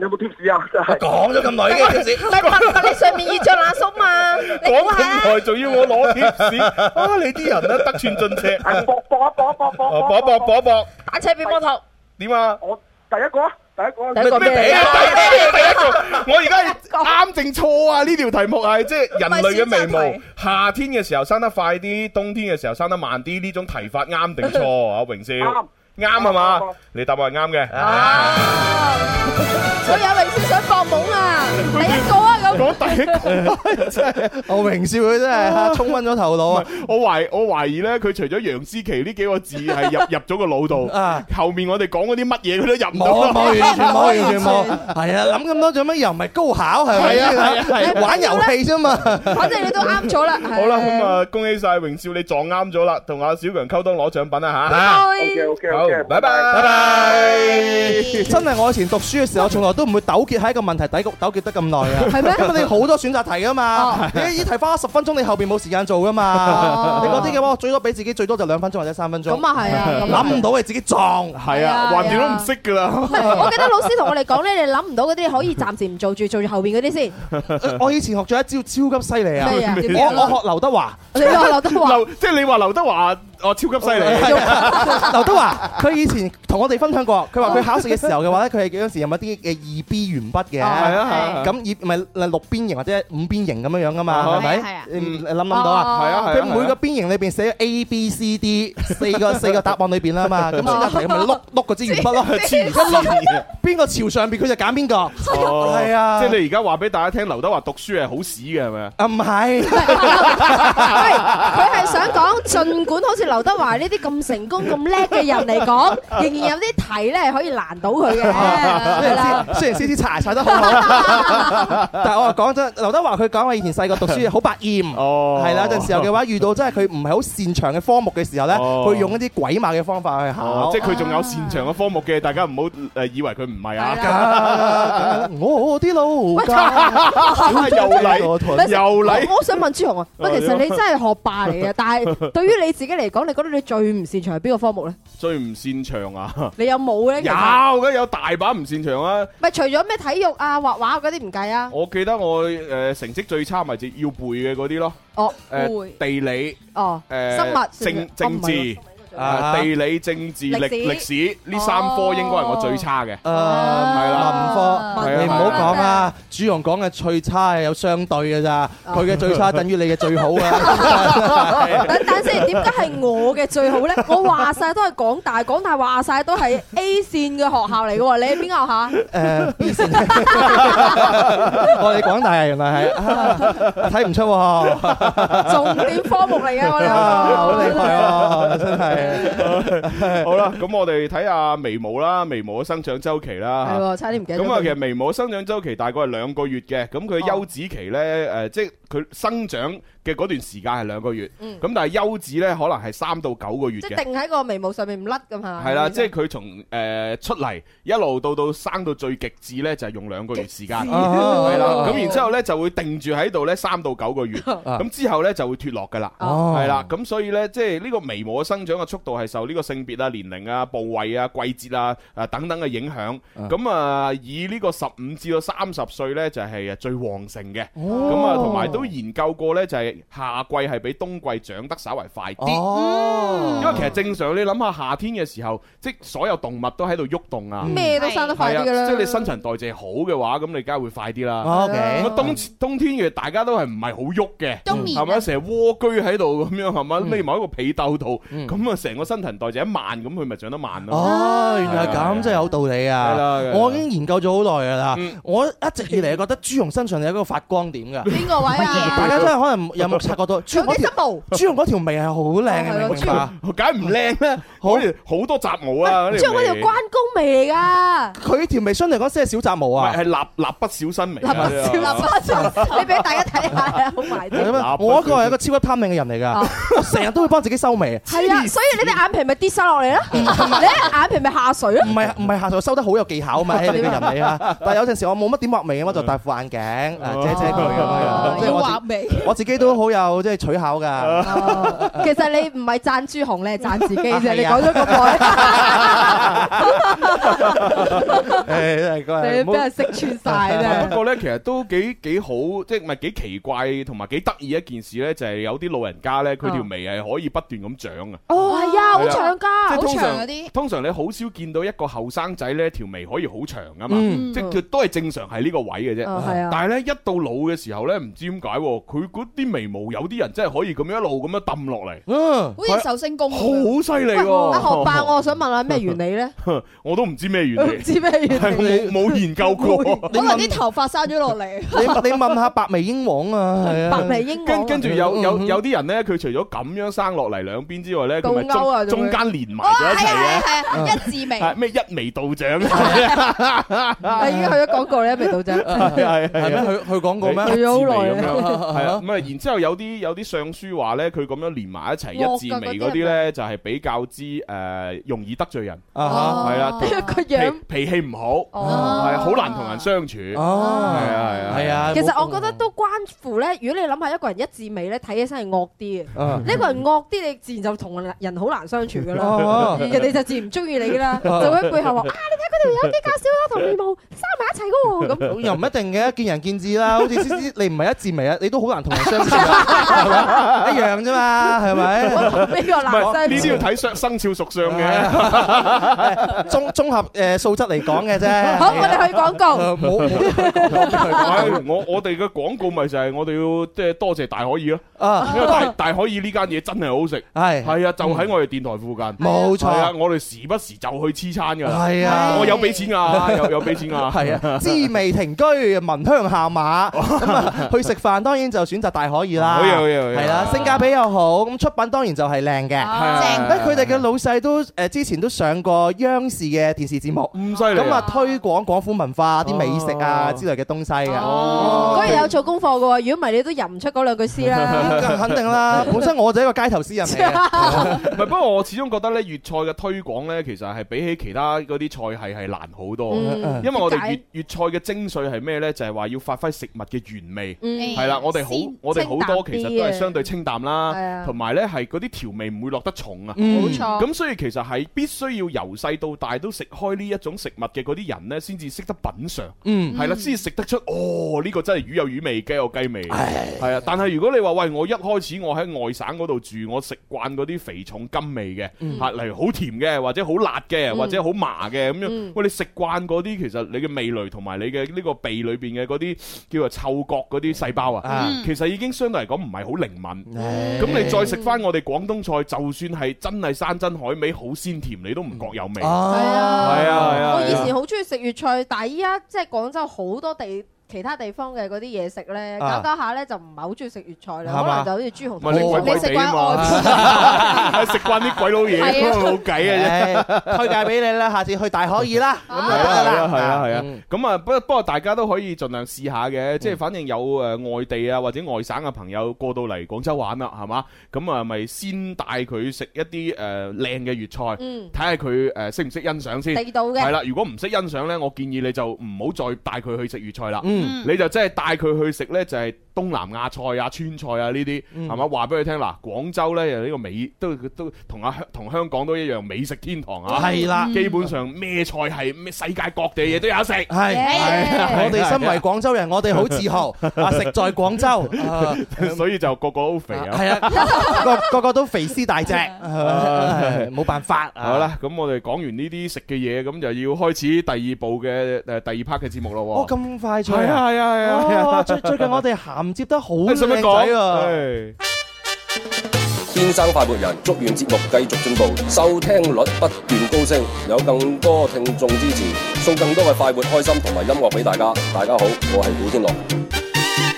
I: 有冇 tips 啊？真係
G: 講咗咁耐呢件事，
F: 咪問問你上面熱脹冷縮嘛？你
E: 講
F: 估
E: 咁
F: 下啊，
E: 耐仲要我攞貼
F: [laughs]
E: 士，啊你啲人啊得寸進尺，啊
I: 係搏搏一搏搏搏
E: 搏一搏搏一搏，
F: 打斜邊摩托，
E: 點啊？
I: 我第一個啊，第一個啊
F: 第一個
E: 咩
F: 咩
E: 第
F: 嚟
E: 一
F: 㗎？
E: 個？第一哎個，我而家係啱定錯啊？呢條題目係即係人類嘅眉
H: 唔係選擇
E: 毛
H: 題，
E: 夏天嘅時候生得快啲，冬天嘅時候生得慢啲，呢種提法啱定錯啊？榮少
I: 啱
E: 啱係嘛
I: 啱啱？
E: 你答案係啱嘅。
F: 啊！我有榮少想放懵啊！第一個啊
E: 講
F: 咁。
E: 第一個， [laughs] 真係
G: 我榮少佢真係衝昏咗頭腦啊！
E: 我懷我懷疑咧，佢除咗楊思琪呢幾個字係入入咗個腦
G: 啊
E: 度，後面我哋講嗰啲乜嘢佢都入唔到。
G: 冇冇完全冇完全冇，係啊諗咁多做乜？又唔係高考係咪？玩遊戲啫嘛。
F: 反正你都啱咗啦。好
E: 好啦，咁，啊，恭喜晒榮少，你撞啱咗啦，同阿小強溝通攞獎品啦吓。
F: 啊
I: ，OK
F: 拜
I: OK
E: 好
I: OK，，
E: 拜拜，拜拜。
G: [laughs] 真係我以前讀書嘅時候，我從來都唔會糾結喺一個問題底糾結得咁耐啊！
F: 係咩
G: 因為你好多選擇題噶嘛
F: 哦，
G: 你呢題花十分鐘，你後邊冇時間做噶嘛
F: 哦。
G: 你嗰啲嘅話，我最多俾自己最多就兩分鐘或者三分鐘。
F: 咁啊
G: [laughs]
F: 係啊咁啊
G: 諗唔到你自己撞。
E: 係
F: 係啊
E: 啊，橫掂
F: 係
E: 都
F: 啊
E: 唔識噶啦。
F: 我記得老師同我哋講咧，你諗唔到嗰啲可以暫時唔做住，做住後邊嗰啲先。
G: 呃我以前學咗一招超級犀利啊！
F: 咩啊點
G: 我
F: 樣啊
G: 我學劉德華，
F: 你話劉德華
E: 劉即係你話劉德華哦，超級犀利。
G: 劉德華佢以前同我哋分享過，佢話佢考試嘅時候嘅話咧，佢係嗰陣時有冇啲嘅二 B 鉛筆嘅。
E: 係啊係啊，
G: 咁以咪六邊形或者五邊形咁樣樣噶嘛，係
H: 係啊
G: 咪？你你諗唔諗到啊？
E: 係啊係啊。
G: 佢每個邊形裏邊寫咗 A、B、C、D 四
E: [laughs]
G: 個四個答案裏邊啦嘛，咁選擇題咁咪碌碌嗰支鉛筆咯，
E: 啊黐線
G: 邊個朝上邊佢就揀邊個，
E: 哦
G: 係啊
E: 即係你而家話俾大家聽，劉德華讀書係 [laughs] 好屎嘅係咪啊？
G: 啊唔係
F: 喂，佢係想講，儘管好似劉劉德華呢啲咁成功、咁叻嘅人
G: [laughs]
F: 嚟講，仍然有啲題咧係可以難到佢嘅，係啦。
G: 雖然 C C 查查得
E: [laughs]
G: 好好，但係我話講真，劉德華佢講話以前細個讀書好百厭，
E: 哦，
G: 係啦，有陣時候嘅話遇到真係佢唔係好擅長嘅科目嘅時候咧，
E: 哦
G: 佢用一啲鬼馬嘅方法去
E: 哦，
G: 考
E: 即。係佢仲有擅長嘅科目嘅，大家唔好誒以為佢唔係啊
H: 係。
G: 啊我啲老
E: 啊又嚟
G: 家
F: 咪先
E: 又嚟
F: 我我想問朱
G: [laughs]
F: 紅啊，喂，其實你真係學霸嚟嘅，但係對於你自己嚟講，你覺得你最唔擅長係邊個科目咧？
E: 最唔擅
G: [laughs]
E: 長啊！
F: 你有冇咧？其
E: 有
F: 實
E: 嘅有大把唔擅長啊！
F: 咪除咗咩體育啊、畫畫嗰啲唔計啊。
E: 我記得我誒成績最差咪就要背嘅嗰啲咯，
F: 哦
E: 誒地理
F: 哦，生物
E: 誒政政治。啊！
G: 啊
E: 地理、政治、歷
F: 歷
E: 歷史呢三科應該係我最差嘅。
G: 啊
E: 係啦
G: 文科，
E: 文
G: 你唔
E: 科
G: 好講啊！朱容講嘅最差係有相對嘅咋，
E: 哦
G: 佢嘅最差等於你嘅最
E: [laughs]
G: 好啊！
F: 等等先，點解係我嘅最好咧？我話晒都係港大，港大話晒都係 A 線嘅學校嚟嘅喎，你係邊個學校啊？
G: 誒 B
E: [laughs]
G: 線，我哋廣大啊，原來係啊睇唔出喎，
F: 重點科目嚟嘅我哋
G: 啊好厲
F: 嗰個。
G: 害喎，真
E: [laughs]
G: 係
E: 好啦，咁我哋睇下眉毛啦，眉毛嘅生長周期啦。
F: 係喎，差啲唔記得咗佢。
E: 咁啊，其實眉毛嘅生長周期大概係兩個月嘅，咁佢休止期呢，誒、即係佢生長嘅嗰段時間係兩個月，咁、
F: 嗯
E: 但係休止呢，可能係三到九個月
F: 即
E: 嘅
F: 係，定喺個眉毛上面唔甩咁嘛。
E: 係啦，即係佢從誒出嚟一路到到生到最極致呢，就係用兩個月時間，係
G: 哦
E: 啦，咁然之後呢，就會定住喺度呢三到九個月，咁之後呢，就會脫落㗎啦。
F: 哦
E: 係啦，咁所以呢，即係呢個眉毛嘅生長嘅速度係受呢個性別啊、年齡啊、部位啊、季節啊、啊等等嘅影響。咁啊，以呢個十五至到三十歲呢，就係呃最旺盛嘅。
G: 哦
E: 咁啊，同埋都研究過呢，就係夏季係比冬季長得稍為快啲。
G: 哦
E: 因為其實正常，你諗下夏天嘅時候，即係所有動物都喺度喐動啊，
F: 咩都生得快
E: 係
F: 啲
E: 啊，
F: 㗎啦。
E: 即係你新陳代謝好嘅話，咁你梗係會快啲啦。
G: 哦，OK，
E: 咁啊冬冬天嘅大家都係唔係好喐嘅。
H: 冬眠
E: 係咪？成日蝸居喺度咁樣係咪？匿埋喺個被竇度，咁啊成個新陳代謝一慢，咁佢咪長得慢咯。
G: 哦，原來係咁，真係有道理
E: 係啦
G: 啊
E: 係！啦
G: 我已經研究咗好耐㗎啦
E: 嗯，
G: 我一直以嚟覺得朱容身上有一個發光點㗎。
F: 邊個位
H: à.
G: 大
F: 啊？
G: 家真係可能有冇察
E: [laughs]
G: 覺到朱
F: 有
G: 紅嗰
F: 幾
G: 條
F: 執毛？
G: 朱紅嗰條眉係好靚
E: 哦
G: 嘅，明唔
F: 係咯
G: 明白啊？
E: 梗係唔靚啦，好似好多雜毛啊！
F: 喂張嗰條關公眉嚟㗎，
G: 佢條眉相對嚟講先係小雜毛啊
E: 係。係蠟蠟筆小新嚟啊
F: 立
E: 㗎。
F: 不
E: 真係
F: 少立不少，你俾大家睇下啊，好
G: 係
F: 埋啲。
G: 咁啊我一個係一個超級貪靚嘅人嚟
E: 哦
G: 㗎，我成日都會幫自己
E: [laughs]
G: 收眉，
F: 係啊，所以你啲眼皮咪跌晒落嚟咯，
E: 嗯
F: 你啲眼皮咪下垂咯
G: 唔。係唔係下頭收得好有技巧
E: [laughs]
G: 啊嘛，你嘅人嚟啊！但係有陣時我冇乜點畫
E: 嗯
G: 眉嘅，我啊就戴副眼鏡啊
E: 哦
G: 遮遮佢咁樣樣，哦即係
H: 要
G: 我
H: 畫
G: 自
H: 眉。
G: 我自己都好有即係取巧
E: 哦
G: 㗎。
F: 其實你唔係讚朱紅，你係讚自己啫。你
G: 係啊
F: 講咗咁
E: [laughs]
G: 誒真係啊
F: 耐，你
G: 唔
F: 俾人識穿晒
E: 啊 [laughs] 不
F: 啫。
E: 過咧，其實都幾幾好，即係唔係幾奇怪同埋幾得意一件事咧，就係有啲老人家咧，佢條眉係可以不斷咁長啊。
F: 哦，係啊，好長
E: 即
F: 㗎
E: 係。通
H: 好長嗰
E: 常
H: 啲
E: 通常你好少見到一個後生仔咧條眉可以好長噶嘛，
G: 嗯
E: 即係佢都係正常係呢個位嘅啫。
F: 哦係啊
E: 但係咧一到老嘅時候咧，唔知點解喎佢嗰啲眉毛有啲人真係可以咁樣一路咁樣揼落嚟，
G: 嗯
H: 好似壽星公咁樣。
E: 好犀利
F: 喂，阿學霸，
E: 喎！
F: 我想問下咩原理咧？
E: [laughs] 我都唔知咩
F: 我
E: 原
F: 唔
E: 理，
F: 知咩
E: 係
F: 原
E: 我
F: 理。
E: 冇冇研究過。
H: 可能啲頭髮生咗落嚟，
G: 你你問下白眉英皇啊，係
F: 白
G: 啊。
F: 眉英
E: 跟
F: 王。
E: 跟住有有
G: 嗯
E: 有啲人咧，佢除咗咁樣生落嚟兩邊之外咧，佢咪
F: 倒勾啊
E: 中中
F: 仲會
E: 間連埋
H: 哦，
E: 咗一
H: 係啊
E: 齊
H: 係啊係啊，一字眉
E: 嘅，係咩一眉道長？
F: 啊已經去咗廣告咧，未到啫。
E: 係啊係啊
G: 係咩？佢佢講過咩？
F: 去咗好耐
E: 咁
F: 啊
E: 樣，係
G: [laughs]
E: 啊，咁啊，然之後有啲有啲上書話咧，佢咁樣連埋一齊一字眉嗰啲咧，就係比較之誒容易得罪人，
G: 啊哈
E: 係啦
H: 哦
F: [laughs] 個樣
E: 脾脾氣唔好，
F: 哦
E: 係好難同人相處，係
G: 哦，
E: 啊係啊
G: 係啊。
F: 其實
G: 冇
F: 我覺得都關乎咧，如果你諗下一個人一字眉咧，睇起身係惡啲嘅。
G: 啊
F: 呢個人惡啲，你自然就同人好難相處噶啦
G: 哦，
F: 人哋就自然唔中意你噶啦，就會喺背後話啊，你睇佢條友幾搞笑咯，同眉毛生埋一齊噶喎咁。
G: 又唔一定嘅，見仁見智啦。好似思思，你唔係一字眉啊，你都好難同人相處啊，係咪一樣啫嘛，係咪？
F: [laughs] 呢個
E: 唔係
F: 男
E: 呢
F: 仔
E: 啲要睇相生肖屬相嘅，
G: 啊綜綜合誒素質嚟講嘅啫。
E: [laughs]
F: 好，我哋去廣告。
G: 誒冇冇冇冇冇
E: 係我我哋嘅廣告咪就係我哋要即係多謝大可以咯，
G: 啊
E: 因為大大可以呢間嘢真係好食，
G: 係
E: 係啊，就喺我哋電台附近，
G: 冇錯
E: 係啊，我哋時不時就去黐餐㗎啦，
G: 係啊
E: 我有俾錢㗎，有有俾錢㗎，
G: 係啊，滋味停居，聞香下馬。咁啊，去食飯當然就選擇大可以啦。
E: 可以可以可以
G: 係啦，性價比又好，咁出品當然就係靚嘅。
E: 係啊
H: 正
G: 不過佢哋嘅老細都誒之前都上過央視嘅電視節目，
E: 咁犀利啊，
G: 咁啊推廣廣府文化啲美食啊之類嘅東西嘅。
E: 哦
F: 嗰日有做功課嘅喎，如果唔係你都吟唔出嗰兩句詩啦。
E: [laughs]
G: 咁啊肯定啦，本身我就係一個街頭詩人嚟嘅。
E: 唔係，不過我始終覺得咧，粵菜嘅推廣咧，其實係比起其他嗰啲菜系係難好多。
F: 嗯
E: 因為我哋
H: 點解
E: 粵粵菜嘅精髓係咩呢？就係話要發揮食物嘅原味。
F: 嗯
E: 係啦，我哋好
H: 先，
E: 我哋好多其實都係相對清淡
F: 係
E: 啦，
F: 啊
E: 同埋呢係嗰啲調味唔會落得重啊。
G: 嗯
H: 冇錯，
E: 咁所以其實係必須要由細到大都食開呢一種食物嘅嗰啲人呢，先至識得品嚐，
G: 嗯，
E: 係啦，先至食得出哦呢個真係魚有魚味，雞有雞味，係啊。但係如果你話喂，我一開始我喺外省嗰度住，我食慣嗰啲肥重甘味嘅，嚇例如好甜嘅，或者好辣嘅，或者好麻嘅咁樣
F: 嗯，
E: 喂你食慣嗰啲，其實你嘅味蕾同埋你嘅呢個鼻裏邊嘅嗰啲叫做嗅覺嗰啲細胞啊，
G: 啊，
E: 其實已經相對嚟講唔係好靈敏。
G: 嗯
E: 咁你再食翻我哋廣東菜，就算係真係山珍海味，好鮮甜，你都唔覺有味。
G: 啊
F: 係啊
E: 係啊係啊
F: 我
G: [laughs]
F: 以
E: 係啊
F: 前好中意食粵菜，但係依家即係廣州好多地。其他地方嘅嗰啲嘢食咧，
G: 啊
F: 搞搞下咧就唔係好中意食粵菜啦，
G: 係
F: 可
G: 嘛
F: 能就好似朱紅
E: 唔係你鬼
F: 同
E: 鬼
F: 你食
E: 地啊
F: 慣外
E: 嘛，
F: 邊
E: [laughs] 係食慣啲鬼佬嘢，
F: 係啊
E: 冇計嘅啫。
G: 唉哎推介俾你啦，下次去大可以啦，咁就
E: 係
G: 得
E: 啊
G: 啦。
E: 係啊係啊
G: 嗯，
E: 咁啊不不過大家都可以盡量試下嘅，即係反正有誒外地啊或者外省嘅朋友過到嚟廣州玩啦，係嘛？咁啊咪先帶佢食一啲誒靚嘅粵菜，[laughs]
F: [laughs] 嗯
E: 睇下佢誒識唔識欣賞先。
F: 地道
E: 係
F: 嘅，
E: 啦，如果唔識欣賞呢，我建議你就唔好再帶佢去食粵菜啦。
G: 嗯，
E: 你就真係帶佢去食呢，就係東南亞菜啊、川菜啊呢啲，
G: 嗯
E: 係嘛？話俾佢聽嗱，廣州呢，有呢個美都都同啊香同香港都一樣美食天堂啊，
G: 係啦，
E: 基本上咩菜係咩世界各地嘢都有得食。
G: 係。
H: 係
G: 我哋身為廣州人，我哋好
E: [laughs]
G: 自豪啊！食在廣州，啊
E: 所以就個個都肥啊！
G: 係啊，個個個都肥
E: [laughs]
G: 屍大隻，唉冇辦法。啊
E: 好，啦，咁我哋講完呢啲食嘅嘢，咁就要開始第二部嘅誒第二 part 嘅節目
G: 哦
E: 咯喎。
G: 咁快脆
E: 係
G: 啊！
E: 啊係啊係啊係啊！
G: 哦，
E: [laughs]
G: 最最近我哋銜接得好
E: 你 [laughs] 使唔使
G: 靚仔啊！
E: 講？
J: 天生快活人，祝願節目繼續進步，收聽率不斷高升，有更多聽眾支持，送更多嘅快活、開心同埋音樂俾大家。大家好，我係古天樂。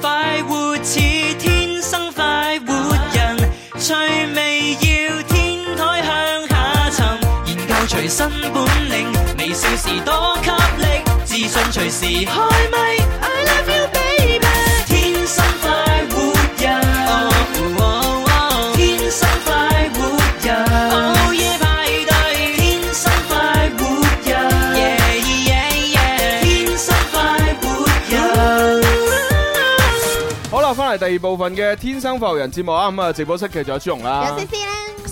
D: 快活似天生快活人，趣味要天台向下沉，研究隨身本領，微笑時多給力，自信隨時開咪。I love you baby，天生快活人，哦哦哦天生快活人，哦夜派對，天生快活人，yeah yeah yeah，天生快活人。
E: 好啦，翻嚟第二部分嘅《天生浮人》節目啊，咁啊，直播室嘅就有朱紅啦
H: 有，思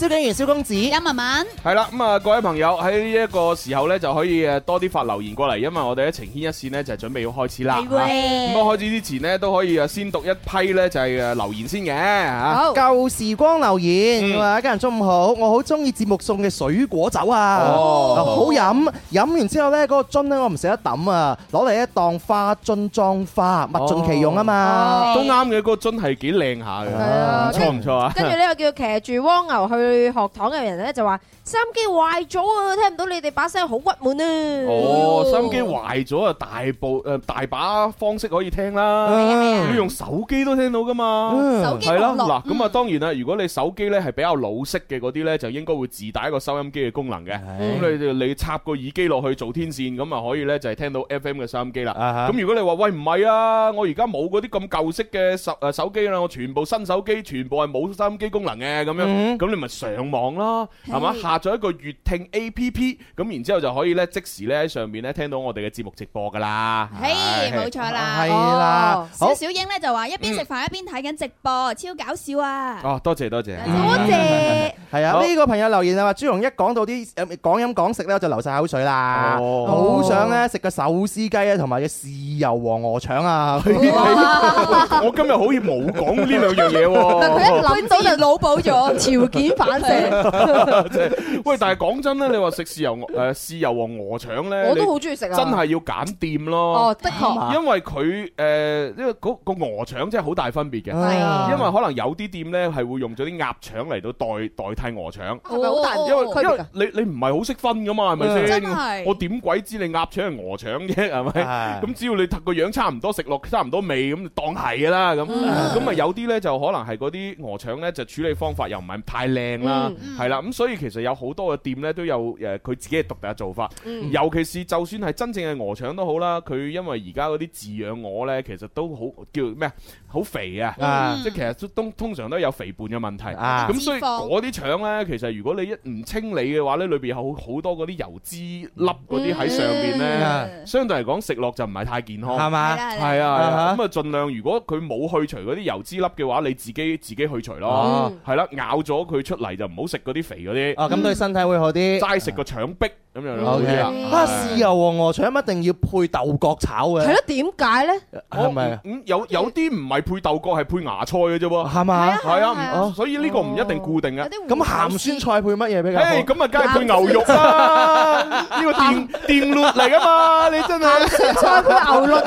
H: 思咧，
G: 蕭敬元、蕭公子，
H: 有文文，
E: 係啦，咁啊，各位朋友喺呢一個時候呢，就可以誒多啲發留言過嚟，因為我哋喺情牽一線呢，就準備要開始啦。咁啊
H: 喂，
E: 我開始之前呢，都可以誒呃先讀一批呢，就係誒呃留言先嘅吓。
F: 好
G: 舊時光留言
E: 嗯
G: 話：一家人中午好，我好中意節目送嘅水果酒啊，
E: 哦
F: 哦
G: 好飲。飲完之後呢，嗰個樽呢，我唔捨得抌啊，攞嚟咧當花樽裝花，物盡其用啊嘛。
E: 哦都啱嘅，嗰個樽係幾靚下嘅，
F: 係啊
E: 唔錯唔錯啊！
F: [laughs] 跟住呢個叫騎住蝸牛去學堂嘅人咧就話：收音機壞咗啊，聽唔到你哋把聲好鬱悶啊！
E: 哦，收音機壞咗啊，大部誒大把方式可以聽啦，
F: 啊
G: 嗯
E: 你用手機都聽到噶
F: 嗯
E: 嘛。
H: 手機
E: 係啦，
H: 網
E: 嗱
H: 絡，
E: 咁啊，當然啦，如果你手機咧係比較老式嘅嗰啲咧，就應該會自帶一個收音機嘅功能嘅。咁你你插個耳機落去做天線，咁啊可以咧就係聽到 FM 嘅收音機啦。
G: 啊哈
E: 咁如果你話喂唔係啊，我而家冇嗰啲咁舊式嘅手誒手機啦，我全部新手機，全部係冇收音機功能嘅咁樣，
G: 嗯
E: 咁你咪上網啦，係嘛？
H: 係
E: 下載一個粵聽 A P P，咁然之後就可以咧即時咧喺上面咧聽到我哋嘅節目直播噶啦。
H: 嘿，冇錯啦，
G: 係啦
H: 哦，
G: 好
H: 小小英咧就話一邊食飯一邊睇緊直播，超搞笑啊！
E: 哦，多謝多謝。
H: 多謝，
G: 係啊，
E: 好
G: 呢個朋友留言啊話：朱容一講到啲誒講飲講食呢，我就流晒口水啦，
E: 哦
G: 好想呢，食個手撕雞啊，同埋嘅豉油黃鵝腸啊。
E: [laughs] 我今日好似冇講呢兩樣嘢
F: [laughs] 但佢
E: 喎。
H: [laughs]
F: 一諗到就腦補咗，條件反射。
E: 喂，但係講真咧，你話食豉油 [laughs] 誒豉油和鵝腸咧，
F: 我都
E: 你
F: 好中意食啊
E: 真係要揀店咯。
H: Ờ,
F: 哦，的確，
E: 因為佢誒，因為嗰個鵝腸真係好大分別嘅，
F: 係
H: Ờ.
F: 啊
E: 因為可能有啲店咧係會用咗啲鴨腸嚟到代代替鵝腸。
F: 係咪好大
E: 因為因
F: 區別嗯
E: 為
F: 啊？
E: 你你唔係好識分噶嘛，係咪
H: 真
E: 先
H: 係？
E: 我點鬼知你鴨腸係鵝腸啫，係咪？
G: 係
E: 咁只要你個樣差唔多，食落差唔多味，咁就當係噶啦咁。
H: 嗯
E: 咁啊有啲咧就可能係嗰啲鵝腸咧就處理方法又唔係太靚啦，
H: 嗯
E: 係啦。咁所以其實有好多嘅店咧都有誒佢自己嘅獨特嘅做法，
H: 嗯
E: 尤其是就算係真正嘅鵝腸都好啦，佢因為而家嗰啲飼養鵝咧，其實都好叫咩啊好肥啊。
H: 嗯
G: 啊
E: 即係其實都通通常都有肥胖嘅問題，
G: 啊
E: 咁所以
H: 脂肪
E: 嗰啲腸咧，其實如果你一唔清理嘅話咧，裏邊有好好多嗰啲油脂粒嗰啲喺上邊咧，
H: Ờ.
G: 嗯
E: 相對嚟講食落就唔係太健
G: 係
E: 康。
G: 嘛？
E: 係
H: 係啦，係啦。
E: 啊，係啊
G: 啊
E: 咁啊，盡量如果佢冇去除嗰啲油脂粒嘅話，你自己自己去除咯，係啦，咬咗佢出嚟就唔好食嗰啲肥嗰啲，
G: 哦，咁對身體會好啲。
E: 齋食個腸壁咁樣就好
G: O
E: 啲
G: K
E: 啦。
G: 啊，豉油和鵝腸一定要配豆角炒
F: 係
G: 嘅，
F: 咯，點解咧？
G: 係咪啊？
E: 嗯有有啲唔係配豆角，係配芽菜嘅啫喎。
G: 係嘛？
E: 係
H: 係啊
E: 啊，唔所以呢個唔一定固定嘅。
H: 有啲胡椒
G: 咁鹹酸菜配乜嘢比較
E: 誒，
G: 好？
E: 咁啊，梗係配牛肉啦！呢個電電律嚟噶嘛，你真係
F: 酸 [laughs] 菜配牛肉，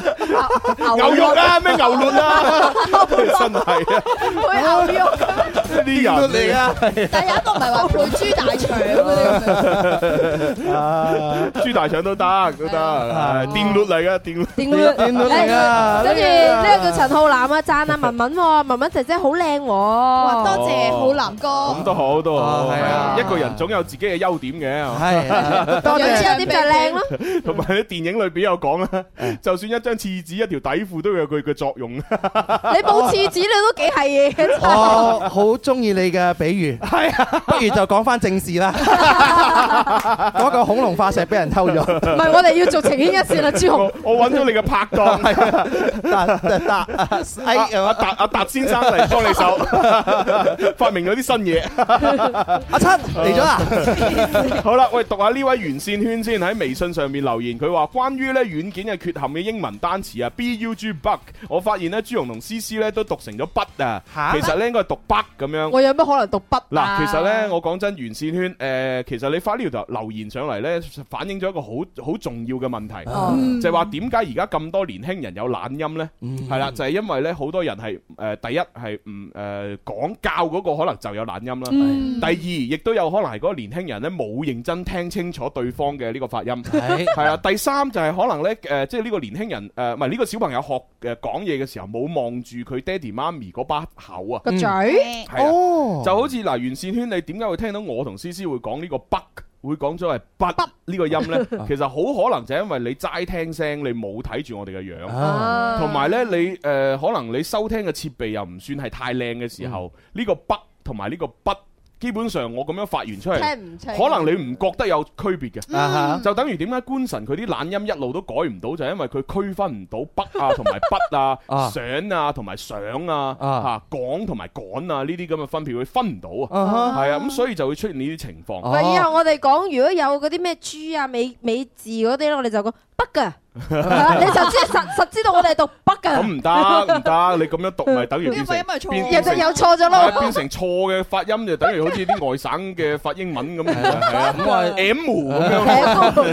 E: 牛肉
F: 啊，
E: 啊，咩牛律啊，真係啊，
F: 配牛肉，
E: 呢啲人
G: 啊！
H: 絲，但係有一個唔係話配豬大腸嗰啲咁樣。
E: 豬大腸都得，都
G: 啊
E: 得，電律嚟噶，電律。
F: 點
G: 點點都嚟啊！
F: 跟住呢個叫陳浩南啊，讚啊文文喎，文文姐姐好靚
H: Ờ,
F: 喎，
H: 哇，多謝浩南哥。
E: 咁都好，都好，
G: 啊係啊
E: 一個人總有自己嘅優點嘅。
G: 係多
F: 樣
G: 謝。
F: 之有啲就靚咯，
E: 同埋喺電影裏邊有講
G: [laughs]
E: 啦，就算一張廁紙、一條底褲都有佢嘅作用。
F: [laughs] 你冇廁紙你都幾係嘢真係
G: 我好中意你嘅比 [laughs] 喻，係啊，不如就講翻正事 [laughs] 啦。嗰個恐龍化石俾人偷咗， [laughs]
F: 唔係我哋要做情牽一線啊啦，朱
E: 我 [laughs]
F: 紅。
E: 我揾到你嘅拍
G: [laughs]
E: 檔，
G: 啊達達達哎
E: 阿阿
G: 呀
E: 達阿達先生嚟幫你
G: [laughs]
E: 手，發明咗啲新嘢。
G: 阿七嚟咗啊！
E: 好啦，喂，讀下呢位袁善圈先喺微信上面留言，佢話關於咧軟件嘅缺陷嘅英文單詞啊，B U G bug，我發現咧朱容同思思咧都讀成咗筆啊，
G: 嚇
E: 其實咧應該係讀 bug 咁樣。
F: 我有乜可能讀筆
E: 嗱，
F: 啊
E: 其實咧，我講真，袁善圈，誒、呃其實你發呢條留言上嚟咧，反映咗一個好好重要嘅問題，
F: 哦
E: 就係話點解而家咁多年輕人有懶音呢？係啦、就係、因為咧好多人係誒、第一係唔誒講教嗰個可能就有懶音啦，
H: Ừ.
E: 第二亦都有可能係嗰個年輕人咧冇認真聽清楚對方嘅呢個發音。
G: 係
E: 係啊，第三就係可能咧，誒、即係呢個年輕人，呃誒唔係呢個小朋友學誒講嘢嘅時候，冇望住佢爹哋媽咪嗰把口啊，
F: 個嘴
E: 係啊。
G: 哦，
E: 就好似嗱，袁善圈，你點解會聽到我同思思會講呢個北，會講咗係北呢個音呢？其實好可能就係因為你齋聽聲，你冇睇住我哋嘅樣，
G: 啊
E: 同埋呢，你誒、呃可能你收聽嘅設備又唔算係太靚嘅時候，呢、個北同埋呢個北，基本上我咁樣發完出嚟，
F: 聽唔清，
E: 可能你唔覺得有區別嘅。
G: 啊
E: 就等於點解官神佢啲懶音一路都改唔到，就係因為佢區分唔到北啊同埋筆啊、 [laughs]
G: 啊
E: 想啊同埋想啊、
G: 啊
E: 嚇講同埋趕啊呢啲咁嘅分別，佢分唔到啊，
G: 啊哈
E: 係啊，咁所以就會出現呢啲情況。
F: 喂，以後我哋講，如果有嗰啲咩豬啊、美美字嗰啲咧，我哋就講北噶，
E: [laughs]
F: 你就知實實知道我哋係讀北
E: 咁
F: 啊噶，
E: 唔得唔得，你咁樣讀咪等於變成
H: 呢個發音咪錯
E: 變
F: 人
E: 變
F: 就
E: 成
F: 有錯咗
E: 係啊
F: 咯。
E: 變成錯嘅發音，就等於好似啲外省嘅發英文咁，係啊
G: 咁我
E: M 咁樣。
F: [laughs] 係啊高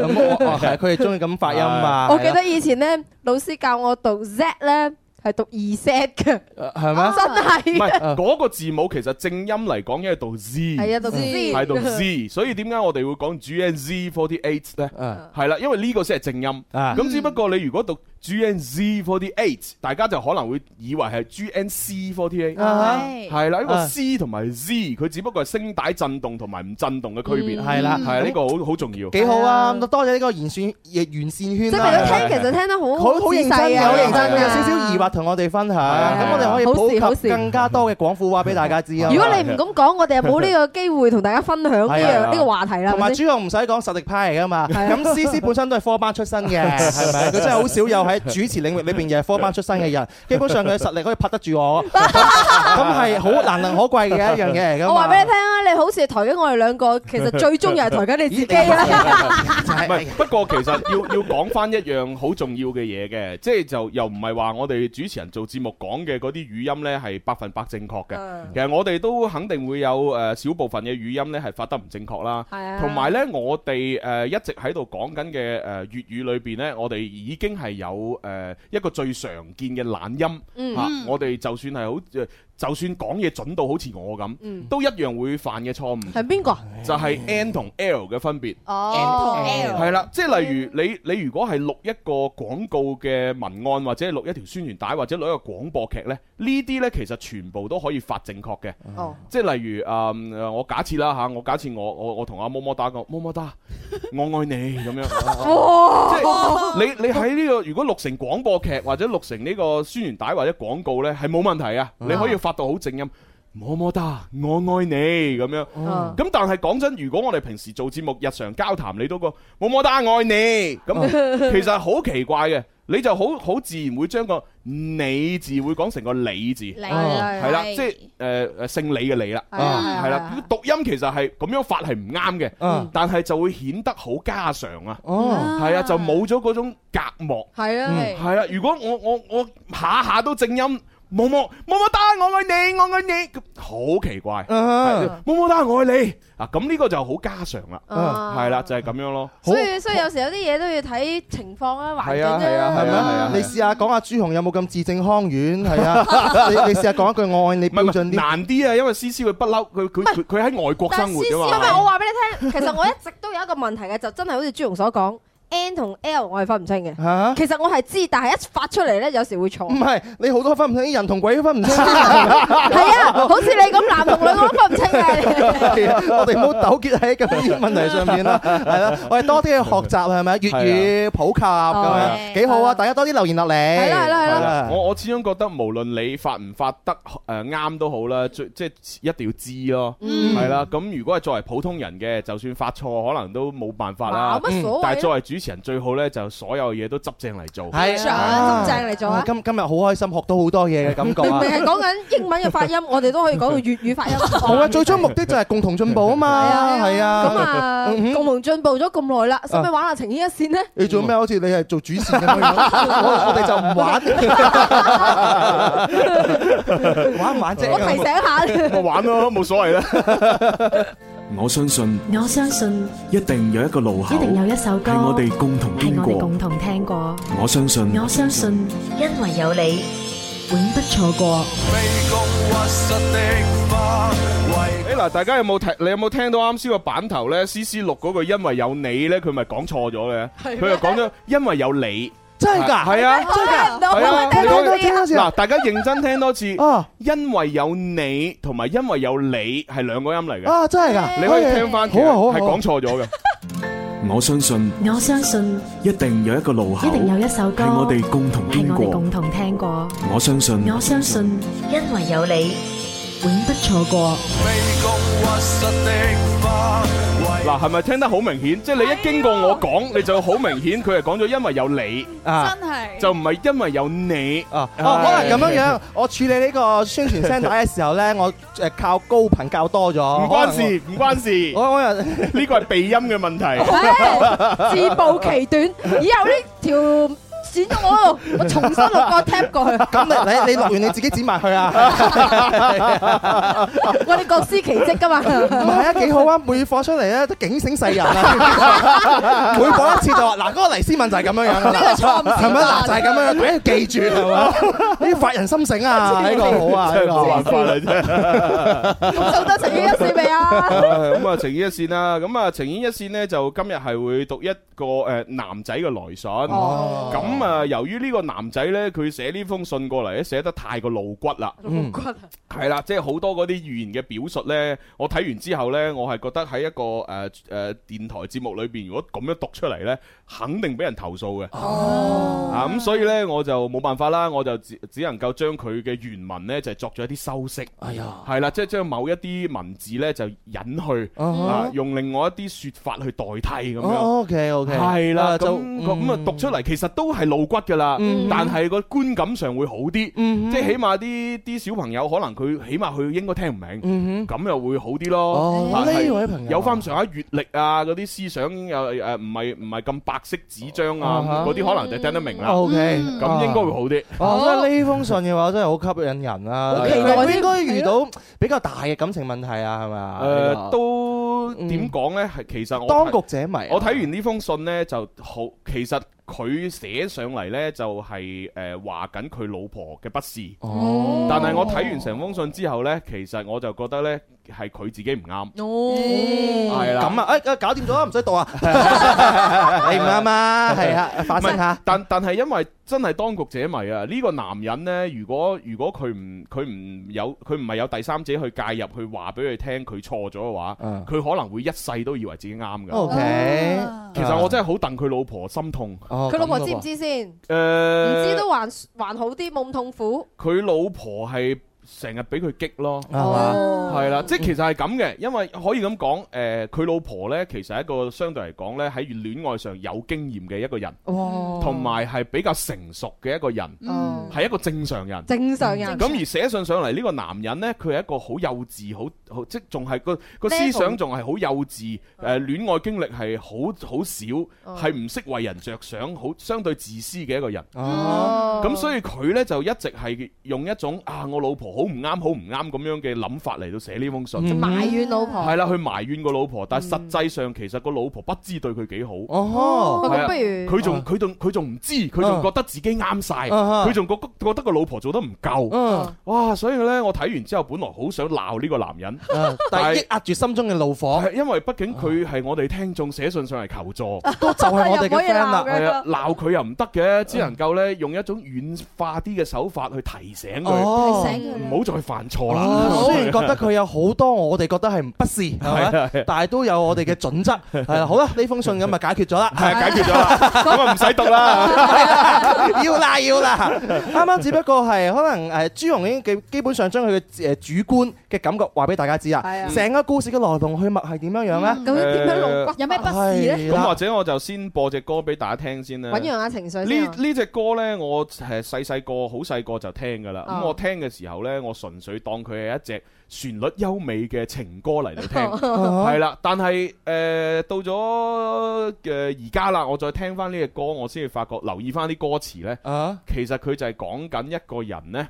G: 咁我哦係佢哋中意咁發音啊嘛？
F: 我記得以前咧，老師教我讀 Z 咧係讀二 set 嘅，真
G: 係咩？
E: 唔
F: 係
E: 係
G: 啊
E: 嗰個字母，其實正音嚟講應該係讀 Z，
F: 係啊讀 Z，
E: 係讀 Z，所以點解我哋會講 GNZ forty eight 咧？
G: 啊
E: 係啦，因為呢個先係正音。
G: 啊
E: 咁只不過你如果讀 GNZ forty eight，大家就可能會以為係 GNC forty eight。
G: 啊
E: 係啦，呢個
G: 啊
E: C 同埋 Z，佢只不過係聲帶震動同埋唔震動嘅區別。
G: 嗯係啦
E: 係啊呢個好好重要。
G: 幾好啊！咁多謝呢個圓線圓線圈啊
F: 即係
G: 啦
F: 你都聽，其實聽得好
G: 好好認真
F: 仔
G: 嘅，
F: 啊，
G: 好認真嘅，
F: 啊
G: 有少少疑。惑同我哋分享，
E: 啊
G: 咁我哋可以
F: 好事好
G: 普及
F: 事
G: 更加多嘅廣府話俾大家知啊。
F: 如果你唔咁講，我哋又冇呢個機會同大家分享呢
G: 係啊係
F: 樣
G: 啊
F: 呢個話題啦。係
G: 同埋朱
F: 咪先
G: 紅唔使講實力派嚟噶嘛，
F: 係啊 [laughs]
G: 咁思思本身都係科班出身嘅，係咪？佢真係好少有喺主持領域裏邊又係科班出身
F: [laughs]
G: 嘅人，基本上佢嘅實力可以拍得住我，咁係好難能可貴嘅一樣嘢嚟㗎
F: [laughs]
G: 嘛。
F: 我話俾你聽啊，你好似係抬緊我哋兩個，其實最終又係抬緊你自己啦。
E: 唔係，不過其實要 [laughs] 要講翻一樣好重要嘅嘢嘅，即係就又唔係話我哋主持人做節目講嘅嗰啲語音呢係百分百正確嘅
F: 嗯。
E: 其實我哋都肯定會有誒少部分嘅語音呢係發得唔正確啦。
F: 係啊
E: 同埋呢，我哋誒一直喺度講緊嘅誒呃粵語裏邊呢，我哋已經係有誒一個最常見嘅懶音
F: 嗯
E: 嚇。我哋就算係好呃就算講嘢準到好似我咁，都一樣會犯嘅錯誤，
F: 係邊個？
E: 就係 N 同 L 嘅分別。
H: Ờ.
F: 哦
E: 係啦，即係例如你你如果係錄一個廣告嘅文案，或者係錄一條宣傳帶，或者錄一個廣播劇呢，呢啲呢其實全部都可以發正確嘅。
F: 哦，
E: 即係例如誒、嗯呃我假設啦嚇，我假設我我我同阿麼麼打講，麼麼打，我愛你咁樣。即係你你喺呢個如果錄成廣播劇或者錄成呢個宣傳帶或者廣告呢，係冇問題啊，你可以發到好正音。麼麼噠，我愛你咁樣。
F: 哦
E: 咁但係講真，如果我哋平時做節目、日常交談，你都個麼麼噠愛你，咁其實好奇怪嘅，你就好好自然會將個你字會講成個你字。
H: 嚟
E: 係啦，即係誒誒姓李嘅李啦，
F: 係啊係啊
E: 係啦
F: 係啊，
E: 讀音其實係咁樣發係唔啱嘅
G: 嗯，
E: 但係就會顯得好家常啊，
G: 哦，
E: 係啊，就冇咗嗰種隔膜，
F: 係啊，
G: 嗯
F: 係
E: 係啦。如果我我我下下都正音，冇冇冇冇得，我愛你，我愛你，咁好奇怪，
G: 嗯
E: 係冇冇得，我愛你啊！咁呢個就好家常啦，
F: 啊
E: 係啦，就係咁樣咯，
F: 所以所以有時有啲嘢都要睇情況啊，環境
E: 係啊係啊
G: 係
E: 係
G: 咪
E: 啊
F: 啊。
G: 啊？你試下講下朱紅有冇咁字正腔圓？係
F: [laughs]
G: 啊，你你試下講一句愛你
E: 唔係唔
G: 標
E: 係
G: 準啲。
E: 難啲啊，因為思思佢不嬲，佢佢佢佢喺外國
F: 但
E: 生
F: 係
E: 活
F: C C，唔
E: 啫
F: 係
E: 嘛，
F: 我話俾你聽，其實我一直都有一個問題嘅，就真係好似朱紅所講，N 同 L 我係分唔清
G: [laughs]
F: 嘅。
G: 嚇？
F: 其實我係知，但係一發出嚟咧，有時會錯
G: 啊唔。 [laughs] 係，你好多分唔清，人同鬼都分唔清。
F: 係啊，好似你咁，男同女我都分唔清
G: [laughs]
F: 嘅。
G: 係啊我哋唔好糾結喺咁啲問題上
E: [laughs]
G: 面啦，係啦，我哋多啲去學習係咪？
E: 啊
G: 粵語普及咁樣
H: 哦
G: 幾好啊！大家多啲留言落嚟。
F: 係啦係啦係
E: 係
F: 啦
G: 嗯
E: 啦我我始終覺得無論你發唔發得誒啱都好啦，最即係一定要知咯，
G: 嗯
E: 係啦。咁如果係作為普通人嘅，就算發錯，可能都冇辦法啦
F: 冇。乜所
E: 但係作
F: 謂啊，
E: 為主持人最好呢，就所有嘢都執正嚟做。
G: 係
F: 上啊正嚟做啊
G: 哇今今日好開心，學到好多嘢嘅感覺
F: [laughs] 明
G: 啊
F: 明！係講緊英文嘅發音，我哋都可以講到粵語發音。
G: 冇啊，最終目的就係共同進步啊嘛，係啊。
F: 咁啊，
G: 嗯哼
F: 共同進步咗咁耐啦，使唔使玩下情牽一線呢？
G: 你做咩？好似你係做主持咁
F: [laughs]
G: 樣，我我哋就唔玩，玩唔玩啫？
F: 我提醒 [laughs] 下。
E: 我玩咯，冇所謂啦。 [laughs]
B: 我相信
K: 我相信
B: 一定有一個路口
K: 一定有一首歌
B: 係我哋共同
K: 係
B: 經
K: 我哋
B: 過
K: 共，同聽過，
B: 我相信
K: 我相信因為有你，永不錯過。
E: 誒嗱，大家有冇聽？你有冇聽到啱先個版頭呢？思思錄嗰個因為有你呢，佢咪講錯咗嘅。佢就講咗因為有你，
G: 真係㗎？
E: 係
H: Ờ.
E: 啊，
F: 真係唔到，
E: 係啊
F: 我聽
E: 佢
F: 到
E: 講
G: 聽多次啊
E: 嗱，大家認真聽多次。
G: 啊
E: 因為有你同埋因為有你係兩個音嚟嘅，
G: 啊！真係㗎？
E: 你可以聽翻，
G: 好啊好啊
E: 係
G: 好啊
E: 講錯咗嘅。
B: 我相信
K: 我相信
B: 一定有一個路口，
K: 一定有一首歌
B: 係我哋共同
K: 係
B: 經
K: 我哋共
B: 過，
K: 同聽過，
B: 我相信
K: 我相信因為有你，永不錯過。
E: 嗱，係咪聽得好明顯？即係你一經過我講，你就好明顯，佢係講咗因為有你，
G: 啊！
E: 就唔係因為有你。
G: 啊，哦，可能咁樣樣，我處理呢個宣傳聲帶嘅時候咧，我誒靠高頻較多咗，
E: 唔
G: 唔
E: 關事，，
G: 哦
E: 唔關事，
G: 我我又
E: 呢個係鼻音嘅問
G: 哦
E: 題。
F: 唉 [laughs] 自暴其短，以後呢條剪咗我嗰度，我重新
E: [laughs]
F: 錄個 tap 過去，
G: 咁你你你錄完你自己剪埋佢啊，
F: 我哋各司其職噶嘛。
G: 唔係啊，幾好啊，每放出嚟咧都警醒世
E: [laughs]
G: 人啊，每放一次就話嗱，嗰個黎思敏就係咁樣樣啦，係咪嗱就係咁樣，佢要記住
E: [laughs]
G: 係嘛，你要發人心醒啊，呢個好啊，呢
E: 真係
G: 個
E: 冇辦法啦，真係。
F: 咁做得情牽一線未啊？
E: 咁啊，情牽一線啦。咁啊，情牽一線呢，就今日係會讀一個誒男仔嘅來信。
F: 哦
E: 咁啊，由於呢個男仔呢，佢寫呢封信過嚟咧，寫得太過露骨啦。
F: 露骨啊！
E: 係啦，即係好多嗰啲語言嘅表述呢。我睇完之後呢，我係覺得喺一個誒誒、呃呃、電台節目裏邊，如果咁樣讀出嚟呢，肯定俾人投訴嘅。哦，啊咁、所以呢，我就冇辦法啦，我就只只能夠將佢嘅原文呢，就作咗一啲修飾。
G: 哎呀，
E: 係啦，即係將某一啲文字呢，就隱去，啊
G: 哦
E: 用另外一啲説法去代替咁樣。
G: ，OK OK，
E: 係啦，啊
G: 就
E: 咁咁啊讀出嚟其實都係露骨噶
H: Ừ.
E: 啦
G: 嗯，
E: 但係個觀感上會好啲，
G: 嗯
E: 即係起碼啲啲小朋友可能佢起碼佢應該聽唔
G: 嗯
E: 明，咁又會好啲咯
G: 哦。
E: 但係
G: 呢位朋友
E: 有翻上下閱歷啊，嗰啲思想又誒唔係唔係咁白色紙張
G: 啊
E: 啊，
G: 哈
E: 嗰啲可能就聽得明啦。
G: OK，
E: 咁應該會好啲。
G: 哦，即係呢封信嘅話，真係好吸引人啊！
E: 好期待
G: 佢
E: 添
G: 應該遇到比較大嘅感情問題啊，係咪啊？
E: 誒都點講呢？係其實我
G: 當
E: 睇
G: 局者迷啊。
E: 我睇完呢封信呢，就好，其實佢寫上嚟呢，就係誒話緊佢老婆嘅不是。
G: 哦
E: 但係我睇完成封信之後呢，其實我就覺得呢，係佢自己唔啱。係啦
G: 咁啊，誒搞掂咗啦，唔使讀
F: [laughs]
G: 啊，你唔啱啊，係啊，反
E: [laughs]
G: 省
E: 唔係
G: 下。
E: 但但係因為真係當局者迷啊！呢、個男人呢，如果如果佢唔佢唔有佢唔係有第三者去介入去話俾佢聽佢錯咗嘅話，
G: 嗯
E: 佢、可能會一世都以為自己啱㗎。
F: 哦
G: OK，
E: 其實我真係好戥佢老婆心痛。
G: 哦
F: 佢老婆知唔？知先？唔
E: 誒，
F: 知都還還好啲，冇咁痛苦。
E: 佢老婆係成日俾佢激咯，
G: 哦
E: 係啊啦，即係其實係咁嘅，因為可以咁講，誒、佢老婆呢，其實係一個相對嚟講呢，喺戀愛上有經驗嘅一個人，
F: 哇
E: 同埋係比較成熟嘅一個人，
F: 哦
H: Ờ.
F: 嗯
E: 係一個正常人。
F: 正常人
E: 咁而寫信上嚟呢個男人呢，佢係一個好幼稚，好好即係仲係個個思
F: Level
E: 想仲係好幼稚，誒、戀愛經歷係好好
F: 哦
E: 少，係唔識為人着想，好相對自私嘅一個人。
G: Ờ.
H: Ừ.
F: Ờ.
G: 哦
E: 咁所以佢呢，就一直係用一種啊我老婆好唔啱好唔啱咁樣嘅諗法嚟到寫呢封信，
F: 埋怨老婆
E: 係啦，去埋怨個老婆，但係實際上其實個老婆不知對佢幾好。
G: 哦，嗯
E: 係啊
F: 咁不如
E: 佢仲佢仲佢仲唔知，佢仲覺得自己啱晒，
G: 啊
E: 佢仲覺覺得個老婆做得唔夠。
F: 哦
G: 嗯，
E: 哇！所以呢，我睇完之後，本來好想鬧呢個男人，
G: 嗯但係抑壓住心中嘅怒火，
E: 係因為畢竟佢
G: 啊
E: 係我哋聽眾寫信上嚟求助。
G: 都就係我
F: [laughs]
G: 哋嘅 friend 啦。
E: 係啊，鬧佢又唔得
G: 啊
E: 嘅，只能夠呢，用一種軟化啲嘅手法去提醒佢，
G: 哦，
E: 唔好再犯錯啦 [laughs]
G: 哦。雖然覺得佢有好多我哋覺得係唔不是，係
E: 啊
G: 咪？但係都有我哋嘅
E: [laughs]
G: 準則。係啦，好啦，呢封信咁咪啊解決咗啦。
E: 係解決咗啦，咁啊唔使讀
G: [laughs]
E: 啦。
G: 要啦要啦，啱啱只不過係可能誒朱紅已經基基本上將佢嘅誒主觀嘅感覺話俾大家知啦
F: 係啊。
G: 成個故事嘅來龍去脈係點樣樣咧？
F: 咁點樣弄骨？
H: 有咩不是咧？
E: 咁或者我就先播只歌俾大家聽先啦。
F: 揾樣下情緒先
E: 呢
F: 啊。
E: 呢只歌呢，我係細細個好細個就聽噶啦。咁
F: 哦
E: 我聽嘅時候呢，我純粹當佢係一隻旋律優美嘅情歌嚟到
F: [laughs]
E: 聽，
F: 哦
E: 係啦。但係誒到咗誒而家啦，我再聽翻呢只歌，我先至發覺留意翻啲歌詞呢，
G: 啊
E: 其實佢就係講緊一個人呢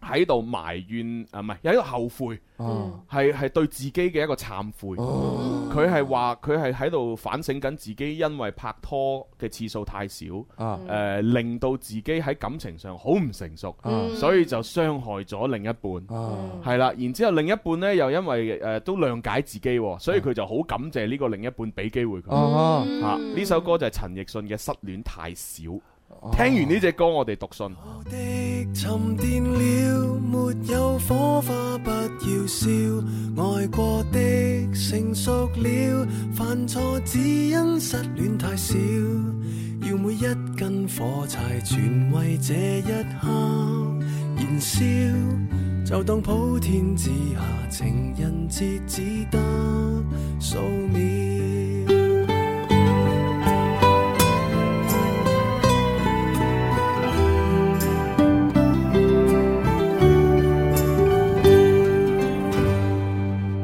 E: 喺度埋怨啊，唔係喺度後悔。
F: 嗯
G: 哦
E: 係係對自己嘅一個懺悔，佢係話佢係喺度反省緊自己，因為拍拖嘅次數太少，誒、
G: 啊
E: 令到自己喺感情上好唔成熟，
G: 嗯
E: 所以就傷害咗另一半。
F: 嗯
G: 啊
E: 係啦，然之後另一半呢，又因為誒、都諒解自己喎，
G: 啊
E: 所以佢就好感謝呢個另一半俾機會佢。
G: 哦！
E: 啊呢、首歌就係陳奕迅嘅《失戀太少》。
G: 哦
E: 聽完呢只歌，我哋讀信。
L: 的沉淀了，沒有火花不要笑，愛過的成熟了，犯錯只因失戀太少，要每一根火柴全為這一刻燃燒，就當普天之下情人節只得數秒。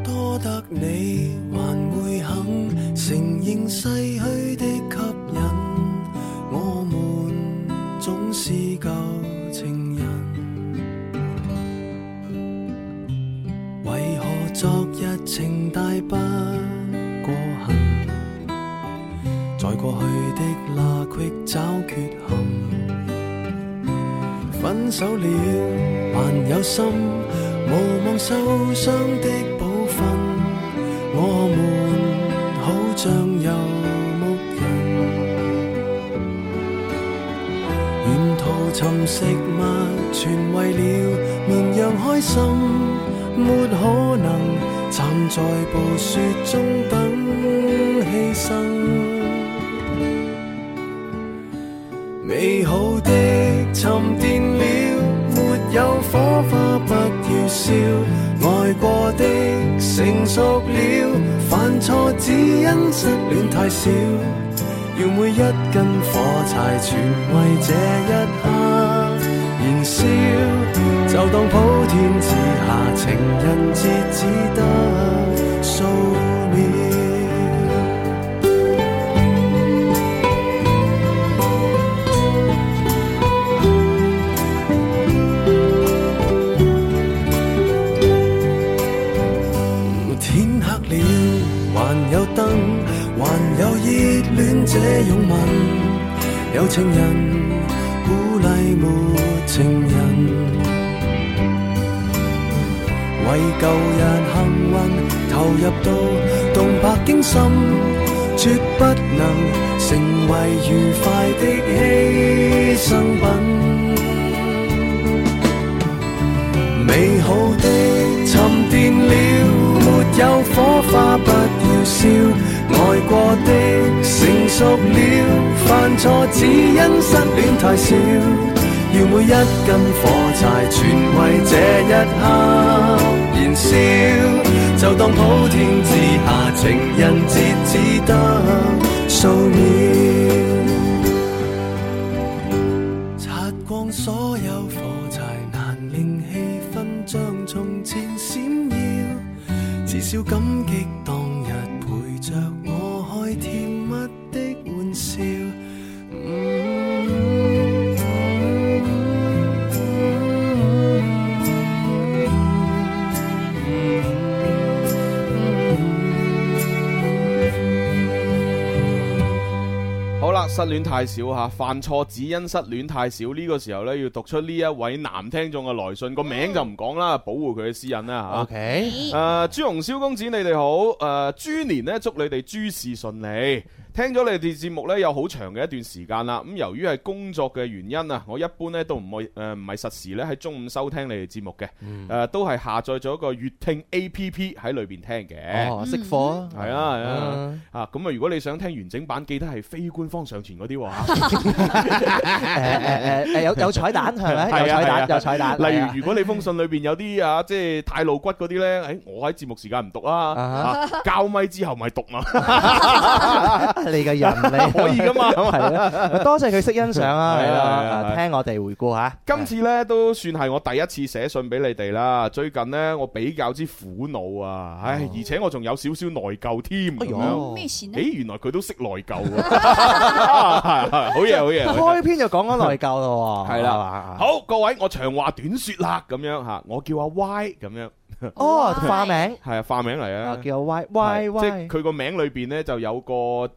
L: 多得你還會肯承認逝去的吸引，我們總是舊情人。為何昨日情大不過恨，在過去的罅隙找缺陷？分手了，還有心，無望受傷的部分，我們好像遊牧人，沿途尋食物，全為了綿羊開心，沒可能站在暴雪中等犧牲。美好的沉澱了，沒有火花不要笑，愛過的成熟了，犯錯只因失戀太少，要每一根火柴全為這一刻燃燒，就當普天之下情人節只得數秒。天黑了，還有燈，還有熱戀這擁吻，有情人鼓勵沒情人，為舊日幸運投入到動魄驚心，絕不能成為愉快的犧牲品。美好的沉澱了，沒有火花不要燒，愛過的成熟了，犯錯只因失戀太少，要每一根火柴全為這一刻燃燒，就當普天之下情人節只得數秒。擦光所有火柴，難令氣氛像從前閃耀。至少感激當日陪着我開甜蜜的玩笑。
E: 好啦，失戀太少吓，犯錯只因失戀太少。呢、個時候呢，要讀出呢一位男聽眾嘅來信，個名就唔講啦，保護佢嘅私隱啦吓。
G: OK
E: 诶、朱紅蕭公子你哋好，呃诶、豬年呢，祝你哋諸事順利。聽咗你哋節目呢，有好長嘅一段時間啦，咁由於係工作嘅原因啊，我一般呢都唔會誒唔係實時呢喺中午收聽你哋節目嘅，誒、
G: 嗯
E: 呃都係下載咗一個粵聽 A P P 喺裏邊聽嘅。
G: 哦識貨啊
E: 係啊係啊
G: 嗯，
E: 啊咁啊！如果你想聽完整版，記得係非官方上傳嗰啲喎。
M: 誒，誒，誒，誒，有-有彩蛋，係咪？
E: 係啊，
M: 有彩蛋，
E: 係啊。
M: 有彩蛋，
E: 例
M: 係啊。
E: 如，如果你封信裏邊有啲啊，即係太露骨嗰啲咧，誒，我喺節目時間唔讀啦，啊交咪之後咪讀 [laughs] 嘛。
G: 啊
M: 你個人，你。
E: [laughs] 可以㗎嘛。
M: [laughs] 係啊，多謝佢識欣賞啊，
E: 係啊，
M: 係啊，
E: 係啊，
M: 啊，
E: 係啊。
M: 聽我哋回顧下。
E: 今次呢都算係我第一次寫信俾你哋啦。最近呢，我比較之苦惱啊，唉，而且我仲有少少內疚添。咁樣
H: 咩事呢
E: 咦，原來佢都識內疚 [laughs] 啊！係係好嘢，好嘢。好嘢
M: 開篇就講緊內疚咯喎，
E: 係啦，好各位，我長話短說啦，咁樣吓，我叫阿 Y 咁
M: 係
E: 樣。
M: 嘛？哦，化名。
E: 系啊，化名嚟啊，
M: 啊叫 Y
E: 係
M: Y
E: 即
M: Y
E: 係佢個名裏边咧就有個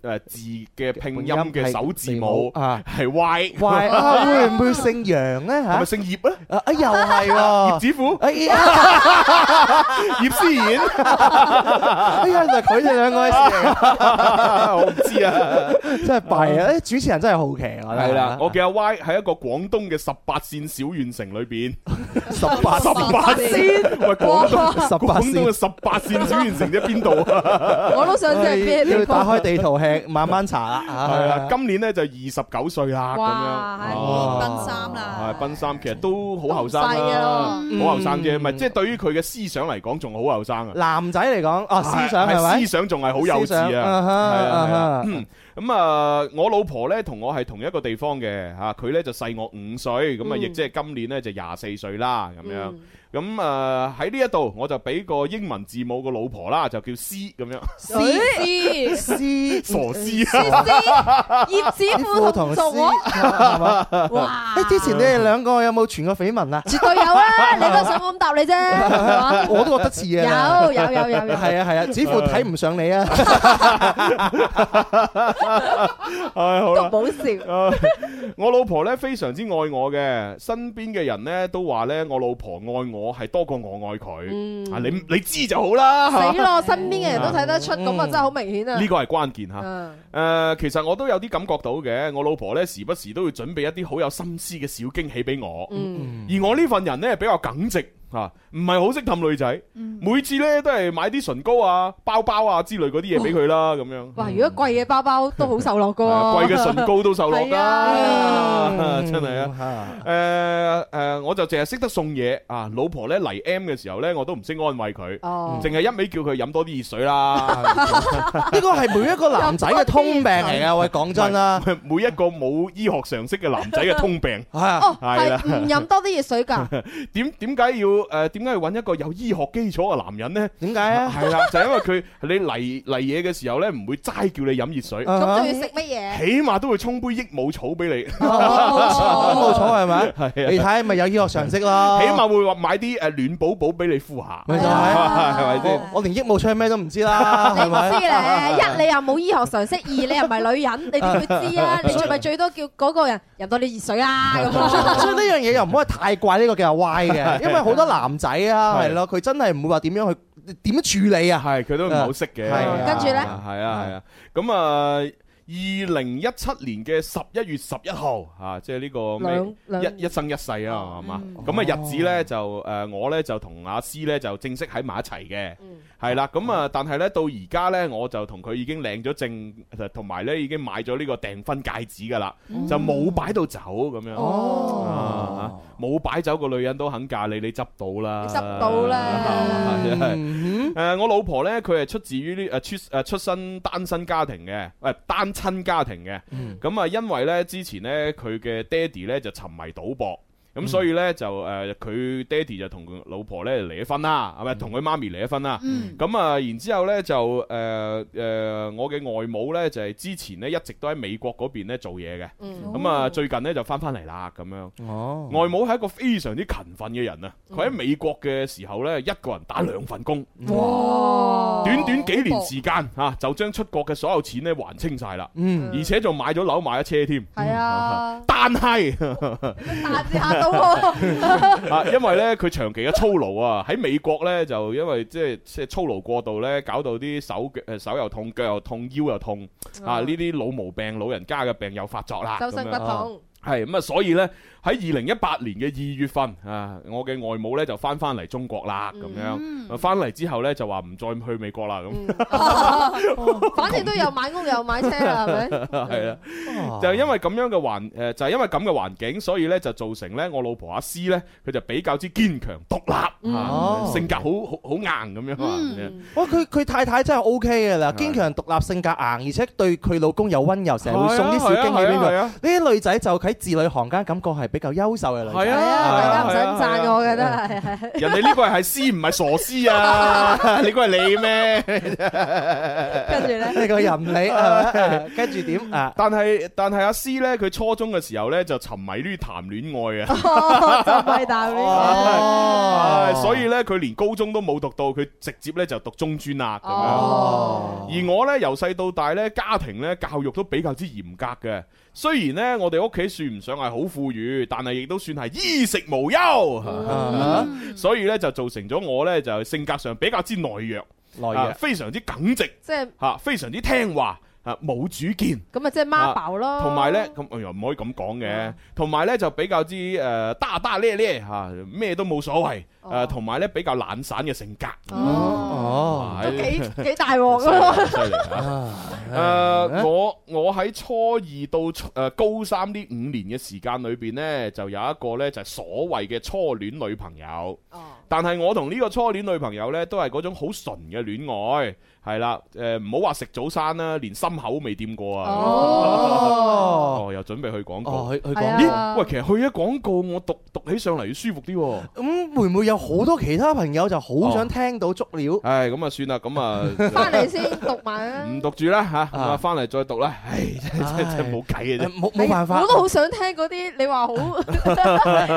E: 诶字嘅拼音
M: 拼音
E: 嘅
M: 係
E: 首字母 [laughs]
M: 啊
E: 係 Y
M: Y- 啊，會唔會姓楊呢？嚇？
E: [laughs] 係咪姓葉咧？
M: 啊，又係喎。
E: [laughs] 哦葉子虎？
M: 哎呀。
E: 葉思妍？
M: 哎呀，原來佢哋兩個嘅事嚟㗎。
E: [laughs] 我唔知啊。
M: 真係弊啊，啲主持人真係好奇啊，我覺得。
E: [laughs] 係啦，我叫阿 Y 喺一個廣東嘅十八線小縣城裏边， [laughs] 十
M: 八
E: 十八線，喂，廣 [laughs] 東
M: 哇18
E: 廣東嘅十八線小縣城喺邊度啊？
M: 我都想知係邊一邊要打開地圖
E: 器，
M: 慢慢查啦。
E: 係啊，今年咧就二十九歲啦，咁樣。
H: 哇，奔三啦，
E: 系奔三，其實都好後生
H: 都唔細
E: 啦
H: 啊，
E: 好後生啫，唔係即係對於佢嘅思想嚟講，仲好後生啊。
M: 男仔嚟講，哦，思想
E: 係
M: 係咪？
E: 思想仲係好幼
M: 思
E: 稚
M: 想啊
E: 啊，係
M: 哈
E: 啊係
M: 啊
E: 啊
M: 哈。
E: 嗯咁啊，我老婆咧同我係同一個地方嘅吓，佢咧就細我五歲，咁啊
M: 嗯
E: 亦即係今年咧就廿四歲啦，
F: 嗯
E: 咁樣。咁啊喺呢一度我就俾個英文字母個老婆啦，就叫 C
M: [laughs]
E: 咁樣。
M: 思-思-
E: [laughs] 傻啊
M: [laughs] 思-
E: 師
G: [laughs]
F: 葉子富
M: 同
F: 同 [laughs] 做我。
M: 思，係嘛？誒，之前你哋兩個有冇傳過緋聞啊？
F: [laughs] 絕對有啦，你都係想我咁答你啫， [laughs] 係嘛？
M: 我都覺得似啊。
F: 有，有，有，有，有。
M: 係啊，係啊，子富睇唔上你啊。
E: 唉，好啦，啊
F: 冇笑。
E: 我老婆咧非常之愛我嘅，身邊嘅人咧都話咧我老婆愛我係多過我愛佢。
M: 嗯
E: 啊，你你知就好啦。
M: 啊
F: 死咯！身邊嘅人都睇得出，咁啊真係好明顯啊！
E: 呢個係關鍵嚇。
F: 嗯
E: 誒、呃其實我都有啲感覺到嘅，我老婆呢時不時都會準備一啲好有心思嘅小驚喜俾我，
F: 嗯
E: 而我呢份人呢，比較耿直。吓，唔係好識氹女仔，
H: Ừ.
E: 每次咧都係買啲唇膏啊、包包啊之類嗰啲嘢俾佢啦，咁樣。啊
F: 哇！如果貴嘅包包都好受落噶喎，
E: 貴嘅唇膏都受落
F: 係啊
E: 啦， [laughs] 真係啊！誒誒，我就淨係識得送嘢啊！老婆咧嚟 M 嘅時候咧，我都唔識安慰佢，
F: 哦
E: 淨係一味叫佢飲多啲熱水啦。
G: 呢個係每一個男仔嘅通病嚟啊！喂，講真啦，
E: 唔係， [laughs] 每一個冇醫學常識嘅男仔嘅通病
F: 哦，
E: 係
F: 係唔飲多啲熱
E: [laughs]
F: 水㗎。
E: 點點解要誒點解要揾一個有醫學基礎嘅男人呢？
G: 點解啊？
E: [laughs] 係啦，就係因為佢你嚟嚟嘢嘅時候呢，唔會齋叫你飲熱水，
F: 咁仲要食
E: [laughs]
F: 乜嘢？
E: 起碼都會沖杯益母草俾你，
F: Ờ.
H: Ờ.
G: 冇錯係咪
E: 係啊
G: 你睇咪有醫學常識咯
E: [laughs] 起碼會話買啲誒暖寶寶俾你敷下，
G: 咪就係
E: 係咪先？
G: 我連益母出咩都唔知啦，係咪？
F: 知
E: [laughs]
F: 咧，一你又冇醫學常識，二你又唔係女人，你點會知啊？你最咪最多叫嗰個人飲多啲熱水啦
E: [laughs]
F: 咁
G: 所以 [laughs] 所以
F: 咯。
G: 呢樣嘢又唔可以太怪呢個叫阿 Y 嘅，因為好多男仔啊，
E: 係
G: 係咯，佢真係唔會話點樣去點樣處理啊，
E: 係佢都唔係好識嘅。
G: 係
F: 跟住咧
E: 啊係啊係啊，咁啊。二零一七年嘅十一月十一號啊，即係呢個咩
F: 兩兩
E: 一一生一世啊，係嘛？咁啊日子呢，就誒我呢，就同阿詩呢，就正式喺埋一齊嘅，係
F: 哦
E: 啦。咁啊，但係呢，到而家呢，我就同佢已經領咗證，同埋呢已經買咗呢個訂婚戒指㗎啦，
F: 哦
B: 嗯
E: 就冇擺到酒咁樣。哦，冇擺酒個女人都肯嫁你，你執到啦，
F: 執到啦
E: [laughs] 係啊誒，我老婆呢，佢係出自於呢誒出誒出身單身家庭嘅，誒單親家庭嘅。
F: 嗯
E: 咁啊，因為呢之前呢，佢嘅爹哋呢就沉迷賭博。咁所以呢，就誒，佢爹哋就同佢老婆呢離咗婚啦，
F: 嗯
E: 係咪？同佢媽咪離咗婚啦。
H: Ừ.
E: 咁啊，然之後呢，就誒誒，我嘅外母呢，就係之前呢一直都喺美國嗰邊呢做嘢嘅。
F: 哦
E: 咁啊，最近呢，就翻返嚟啦，咁樣。
G: 哦
E: 外母係一個非常之勤奮嘅人啊！佢喺美國嘅時候呢，一個人打兩份工。
F: 哦
B: 哇
E: 短短幾年時間嚇、啊就將出國嘅所有錢咧還清晒啦，
G: 嗯
E: 而且仲買咗樓買咗車添。
F: 係啊，
E: 但係 [laughs] 嗯
F: 下次嚇到我。
E: 啊，因為咧佢長期嘅操勞啊，喺美國咧就因為即係即係操勞過度咧，搞到啲手腳誒手又痛，腳又痛，腰又痛 [laughs] 啊！呢啲老毛病、老人家嘅病又發作啦，
F: 嗯周身
E: 咁樣
F: 骨痛。
E: 係咁啊，所以咧喺二零一八年嘅二月份啊，我嘅外母咧就翻翻嚟中國啦，咁樣翻嚟之後咧就話唔再去美國啦，咁。
F: 嗯 [laughs] 反正都有買屋又買車啦，係咪？
E: [laughs] 係啊啦，就係因為咁樣嘅環誒，就係因為咁嘅環境，所以咧就造成咧我老婆阿詩咧，佢就比較之堅強獨立，啊
G: 哦
E: 性格好好好硬咁樣啊。
F: 嗯
G: 哇！佢佢太太真係 O K 嘅啦，堅強獨立，性格硬，而且對佢老公有温柔，成日會送啲小驚喜俾佢。
E: 係啊係啊係啊
G: 呢啲女仔就喺字裏行間感覺係比較優秀嘅女仔。
E: 係啊係啊
F: 大家唔
E: 係啊
F: 使
E: 係
F: 讚
E: 啊
F: 我嘅都
E: [laughs]
F: 係。
E: 人哋呢個係詩唔係傻詩啊，
F: [laughs]
E: 你估係你咩？跟
F: 住
E: [laughs]
F: 咧
G: 你個人理係咪跟住點啊？
E: 但係但係阿詩咧，佢初中嘅時候咧就沉迷於談戀愛啊。
F: 哦，就係大面。
E: 唉所以咧，佢連高中都冇讀到，佢直接咧就讀中專啦
F: 哦
E: 咁樣。而我咧由細到大咧，家庭咧教育都比較之嚴格嘅。雖然咧我哋屋企算唔上係好富裕，但係亦都算係衣食無憂， [laughs] 所以咧就造成咗我咧就性格上比較之懦弱，
G: 懦
E: 啊非常之耿直，
F: 即係
E: 嚇非常之聽話，啊冇主見。
F: 咁啊，即係媽寶咯。
E: 同埋
F: 哦
E: 咧，咁哎呀唔可以咁講嘅，同埋咧就比較之誒打打咧咧嚇，咩都冇所謂，誒同埋咧比較懶散嘅性格。哦，
F: 都幾幾
E: [laughs]
F: 大鑊咯。
E: 犀利啊！誒，我我喺初二到初誒高三呢五年嘅時間裏邊呢，就有一個呢，就係所謂嘅初戀女朋友。但係我同呢個初戀女朋友呢，都係嗰種好純嘅戀愛，係啦，誒唔好話食早餐啦，連心口未掂過啊！
G: 哦
E: 哦，又準備去廣告，
G: 去去廣告
E: 咦？喂，其實去咗廣告，我讀讀起上嚟要舒服啲喎。
G: 咁會唔會有好多其他朋友就好想聽到足料？
E: 唉，咁啊算啦，咁啊
F: 翻嚟先讀埋啊！
E: 唔讀住啦吓，咁啊翻嚟再讀啦。唉，真真真冇計嘅啫，
G: 冇冇辦
F: 哎我都好想聽嗰啲你話好，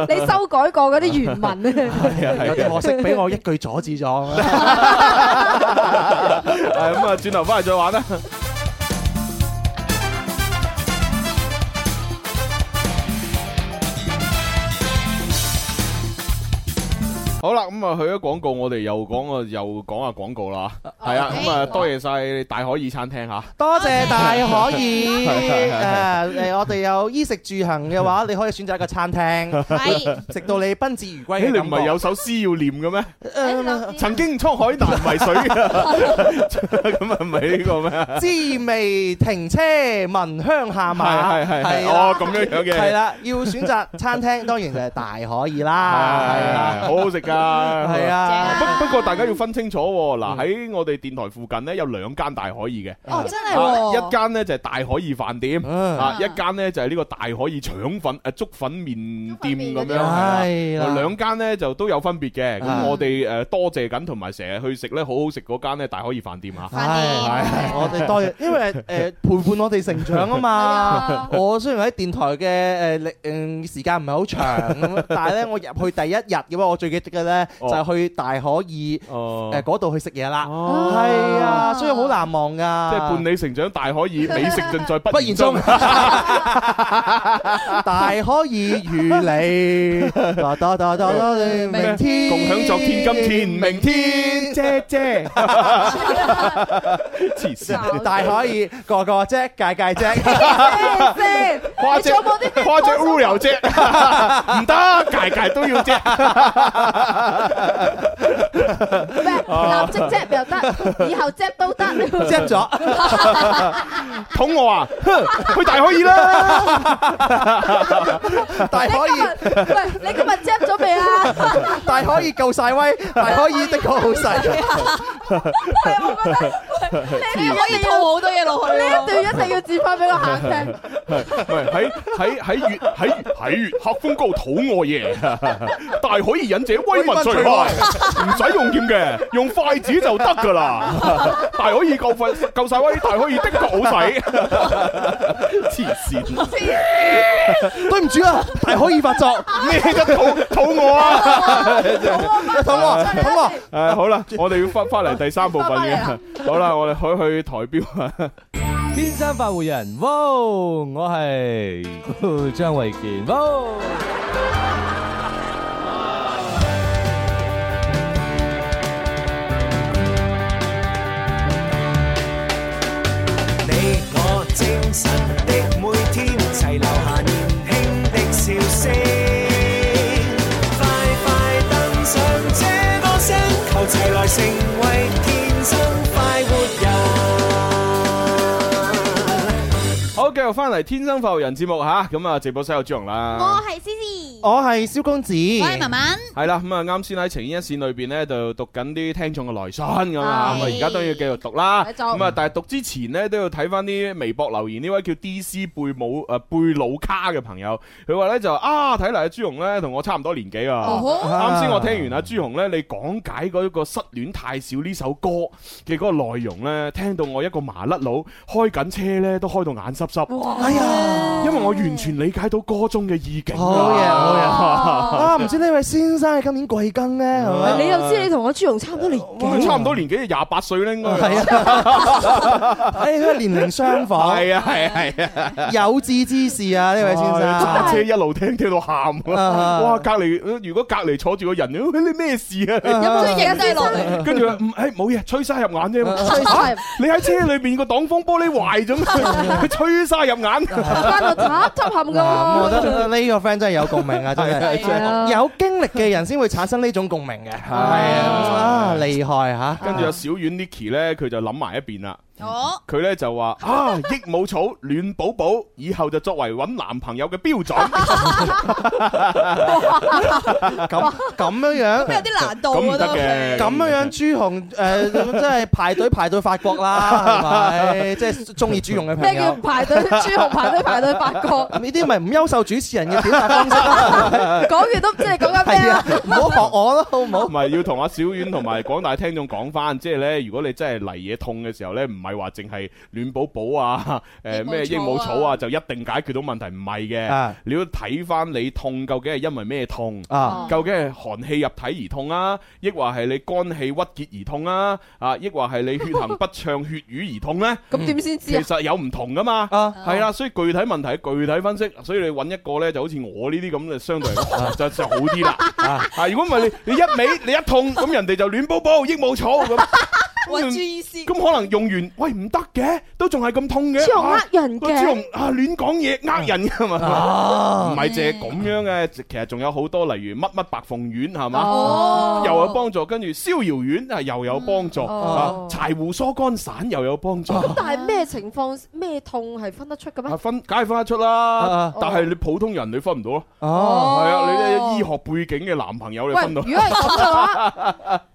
F: [laughs] 你修改過嗰啲原文啊咧。
G: 嗯有
E: 啊
G: 啲可惜俾我一句阻止咗。
E: 係咁啊，轉頭翻嚟再玩啦。好啦，咁啊去咗廣告，我哋又講啊，又講下廣告啦，係啊，咁啊多謝晒大可以餐廳吓。
G: 多謝大可
E: 係
G: 以
E: 係係
G: 誒誒，我哋有衣食住行
E: [laughs]
G: 嘅話，你可以選擇一個餐廳
H: Ừ.
E: 係，
G: 食到你賓至如歸
E: 咦
G: 嘅
E: 你
G: 感
E: 唔係
G: 覺。
E: 有首詩要念嘅咩？
G: 誒
E: 曾經滄海難為
G: [laughs]
E: 水，咁啊唔係呢個咩？
G: 滋味停車聞香下馬，
E: 係係係
G: 係啦
E: 哦咁樣樣嘅
G: 係啦，要選擇餐廳，當然就係大可以
E: 係
G: 啦，係
E: 係
G: 啦，
E: 好好食噶，
G: 係啊
E: 不不過大家要分清楚喎，嗱喺我哋電台附近呢，有兩間大可以嘅，
H: [laughs] 哦真
E: 啊
H: 係
E: 一
H: 喎
E: 間呢就係大可以飯店，啊一間呢就係呢個大可以腸粉誒粥粉麵店咁樣，
G: 係啦
E: 啊兩間呢就都有分別嘅，
G: 啊
E: 咁我哋誒多謝緊同埋成日去食呢，好好食嗰間呢大可以飯店啊， [laughs]
G: 唉，我哋多謝，因為誒陪伴我哋成長啊嘛。我雖然喺電台嘅誒歷誒時間唔係
E: [laughs]
G: 好長，但係咧我入去第一日嘅話，我最記得嘅咧就係去大可以
E: 哦
G: 誒嗰度去食嘢啦。係啊，所以好難忘㗎。
E: 即係 [laughs] 伴你成長大可以，美食盡在啊不言中。
G: [laughs] 大可以與你，多多多多多， [laughs] 明天
E: 共享昨天今天明天姐 [laughs] 姐，黐線
G: 大可以個個啫，界界
E: [laughs]
G: 啫，
E: 跨隻跨隻烏油啫， [laughs] 唔得，屆屆都要啫。
G: 啊
F: 立即 zap 又得，以後 zap 都得。
G: 啫咗，
E: 肚餓啊，哼去大可以啦。
G: 大可以，
F: 喂，你今日 zap 咗未啊？
G: [laughs] 大可以夠晒威，大可以的確好
H: [laughs]
G: 細。
H: 你可以套好多嘢落去喎。
F: 呢一段一定要指翻俾我肯定。
E: 喂，喺喺喺月喺月喺月黑風高肚餓夜， [laughs] 大可以忍者威民除害，唔使用劍嘅，用筷子就得噶 [laughs] 啦。大可以夠快夠晒威，大可以的確好使。黐線，
G: 對唔住啊，大可以發作
E: 咩都肚肚餓啊！真係
G: 肚餓，肚餓。
E: 诶，好啦，我哋要翻翻嚟第三部分嘅
G: 返，
E: 好啦，我哋可以去台标啊。
N: 天生快活人，哇！我系 [laughs] 张卫健，哇！
O: 你我精神的每天，齊留下年輕的笑聲。快快登上這個星球，齊來成為天生快活人。
E: 好，繼續翻嚟《天生快活人》節目吓，咁啊，直播室有朱紅啦
H: 我，係 C C，
G: 我係蕭公子，
H: 我係文文。
E: 係啦，咁啊，啱先喺情牽一線裏邊咧，就讀緊啲聽眾嘅來信咁啊，咁啊，而家當然要繼續讀啦，
H: 繼續
E: 咁啊，但係讀之前咧都要睇翻啲微博留言，呢位叫 D C 貝姆誒貝魯卡嘅朋友，佢話咧就啊，睇嚟阿朱紅咧同我差唔多年紀啊，
N: 哦吼
E: 啱先我聽完阿朱紅咧，你講解嗰個失戀太少呢首歌嘅嗰個內容咧，聽到我一個麻甩佬開緊車咧都開到眼濕濕，
G: 哎呀，
E: 因為我完全理解到歌中嘅意境啊，
G: 好嘢，
H: Ờ.
G: 好嘢！啊，
E: 啊
G: 唔知呢位先生係今年貴庚咧，係咪？
F: 你又知你同我朱容差唔多年
E: 哇
F: 紀，
E: 差唔多年紀，廿八歲咧應該 [laughs]
G: 係啊，睇佢年
N: [laughs]
G: 齡相仿，
E: 係啊係啊係啊，
G: 有志之士啊！呢位先生，
E: 揸車一路聽聽到喊啊！
G: 啊
E: 哇，隔離如果隔離坐住個人， [laughs] 哎你咩事啊？
G: 有冇
H: 影低落
G: 嚟
E: 跟住話唔誒冇嘢，吹沙入眼啫嘛。
G: 吹沙
E: 啊你喺車裏邊個擋風玻璃壞咗嘛，佢吹沙入眼。
F: 關到塔塔冚
G: 嗱，咁我
F: 噶
G: 覺得呢個 friend 真係有共鳴啊！真係
F: 係
G: [laughs]
F: 啊
G: 有經歷嘅人先會產生呢種共鳴嘅，係啊，厲害嚇！
E: 跟住
G: [laughs]
E: 阿小婉 Niki 咧，佢就諗埋一邊啦。
H: 哦，
E: 佢咧就話啊， [laughs] 益母草暖寶寶，以後就作為揾男朋友嘅標準。
G: 咁咁樣樣， [laughs]
H: 有啲難度
E: 咁唔
H: 啊
E: 得
H: 都。
E: 嘅
G: 咁樣樣朱紅誒，真係排隊排到法國啦，係 [laughs] 咪？即係中意朱紅嘅朋友。
F: 咩叫
G: [laughs]
F: 排隊朱紅排隊排隊法國？
G: 呢啲咪唔優秀主持人嘅表達方式 [laughs] 啦。
F: 講完都唔知你講緊咩
G: 係
F: 啊
G: 啊！，唔好學我啦， [laughs] 好唔好？
E: 唔係要同阿小婉同埋廣大聽眾講翻，即係咧，如果你真係嚟嘢痛嘅時候咧，唔係話淨係暖寶寶啊，誒咩
N: 草
E: 鸚
N: 啊
E: 鵡草啊，就一定解決到問題，唔係嘅
N: 啊。
E: 你要睇翻你痛究竟係因為咩痛
N: 啊
E: 究竟係寒氣入體而痛啊，抑或係你肝氣鬱結而痛啊？啊，抑或係你血行不暢血瘀而痛呢？
F: 咁點先知啊
E: 其實有唔同噶嘛。
G: 啊
E: 係啦，所以具體問題具體分析，所以你揾一個呢就好似我呢啲咁嘅相對嚟講 [laughs] 就就好啲啦。啊，如果唔係你你一味你一痛咁，人哋就亂煲煲益冇草
B: [laughs]
E: 咁。
B: 揾朱醫師
E: 咁可能用完，喂唔得嘅，都仲係咁痛嘅。
B: 朱紅
E: 啊
B: 呃人嘅
E: 個朱紅啊亂講嘢呃人噶嘛，
B: 啊
G: 哦
E: 唔係淨係咁樣嘅，其實仲有好多，例如乜乜白鳳丸係
B: 哦
E: 嘛，又有幫助，跟住逍遙丸啊又有幫助，
B: 嗯
E: 啊
F: 哦
E: 柴胡疏肝散又有幫助。
B: 哦
F: 但係咩情況咩痛係分得出嘅咩
E: 啊？分梗係分得出啦，但係你普通人你分唔到咯。哦，係啊，你啲醫學背景嘅男朋友你
F: 喂，
E: 分到。
F: 如果係咁嘅話，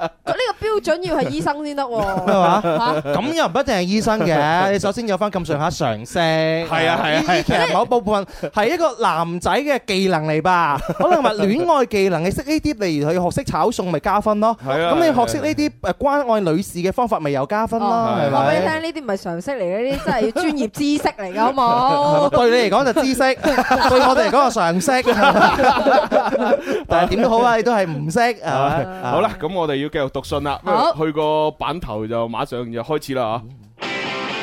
F: 呢個標準要係醫生先得
E: [laughs]
F: 喎。
G: 咩話？
F: 嚇
G: 咁又唔一定係醫生嘅，你首先有翻咁上下常識。係
E: 啊係啊係啊
G: 其實某部分係一個男仔嘅技能嚟吧？
E: [laughs]
G: 可能話戀愛技能，你識呢啲，例如佢學識炒餸，咪加分咯。
E: 係啊
G: 咁你學識呢啲誒關愛女士嘅方法，咪又加分咯，係
F: 話俾你
G: 咪？
F: 聽，呢啲唔係常識嚟嘅，呢啲真係要專業知識嚟㗎，
E: [laughs]
F: 好冇？
G: 對你嚟講就知識，對我哋嚟講就
E: [laughs]
G: 常識。但係點都好啊，你都係唔
E: [laughs]
G: 識係咪
E: 好啦，咁我哋要繼續讀信啦，不如去個版頭就馬上就開始啦啊吓。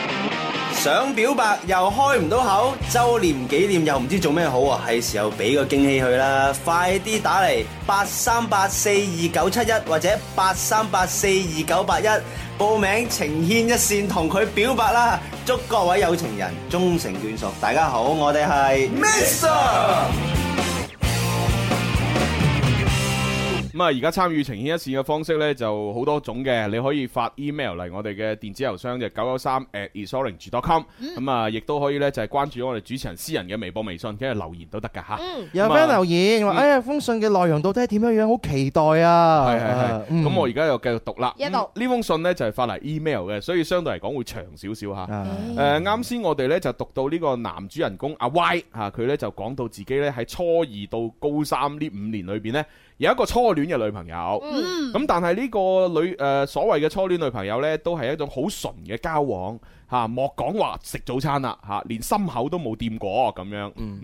P: 想表白又開唔到口，周年紀念又唔知做咩好啊！係時候俾個驚喜佢啦，快啲打嚟八三八四二九七一或者八三八四二九八一報名情牽一線，同佢表白啦！祝各位有情人終成眷屬！大家好，我哋係 Mr。
E: 咁啊，而家參與情牽一線嘅方式呢，就好多種嘅，你可以發 email 嚟我哋嘅電子郵箱就九九三 at isorange.com，咁啊，亦都可以呢，就係關注我哋主持人私人嘅微博、微信，跟住留言都得噶吓。
G: 有
E: 咁啊
G: friend 留言話：哎呀，封信嘅內容到底係點樣樣？好期待啊！
E: 係係係，
G: 嗯
E: 咁我而家又繼續讀啦。
G: 一
E: 嗯
G: 路
E: 呢封信呢，就係發嚟 email 嘅，所以相對嚟講會長少少嚇。誒
G: 嗯
E: 啱先我哋呢，就讀到呢個男主人公阿 Y 嚇，佢呢就講到自己呢喺初二到高三呢五年裏邊呢，有一個初戀嘅女朋友。
H: Ừ.
B: 嗯
E: 咁但係呢個女誒所謂嘅初戀女朋友呢，都係一種好純嘅交往嚇，莫講話食早餐啦嚇，連心口都冇掂過咁樣。嗯，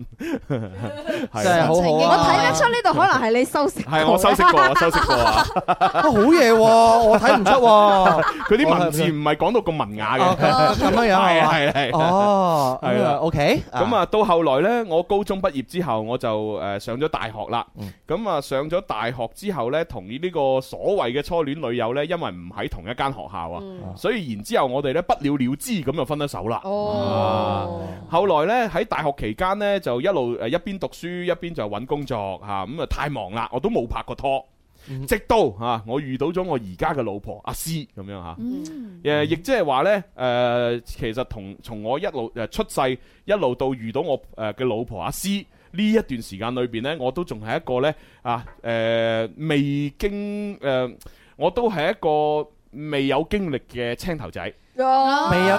E: [laughs] 係
G: 真係好好啊
F: 我
H: Ừ.
F: 睇得出呢度可能係你修飾。
E: 係啊我修飾過，我修飾過啊。
G: 啊好嘢
E: [laughs]
G: 喎，我睇唔出喎。
E: 佢啲文字唔係講到咁文雅嘅，
G: 哦咁樣
E: 係
G: 樣
E: 啊
G: 係嘛
E: 係啊係啊
G: 哦
E: 係啦
G: 咁啊，OK，啊
E: 咁啊到後來呢，我高中畢業之後我就誒上咗大學啦。咁啊上咗大學之後呢，同呢個所謂嘅初戀女友呢，因為唔喺同一間學校啊，所以然之後我哋呢，不了了之咁就分咗手啦。
B: 哦
E: 啊，後來呢，喺大學期間呢，就一路呃誒一邊讀書一邊就揾工作嚇，咁啊太忙啦，我都冇拍過拖。直到啊，我遇到咗我而家嘅老婆阿詩咁樣啊嚇。
H: Ừ.
E: 誒，呃亦即係話呢，誒、呃其實同從我一路誒、呃出世一路到遇到我誒嘅老婆阿詩呢一段時間裏邊呢，我都仲係一個呢，啊誒、未經誒、呃我都係一個未有經歷嘅青頭仔。
G: 未有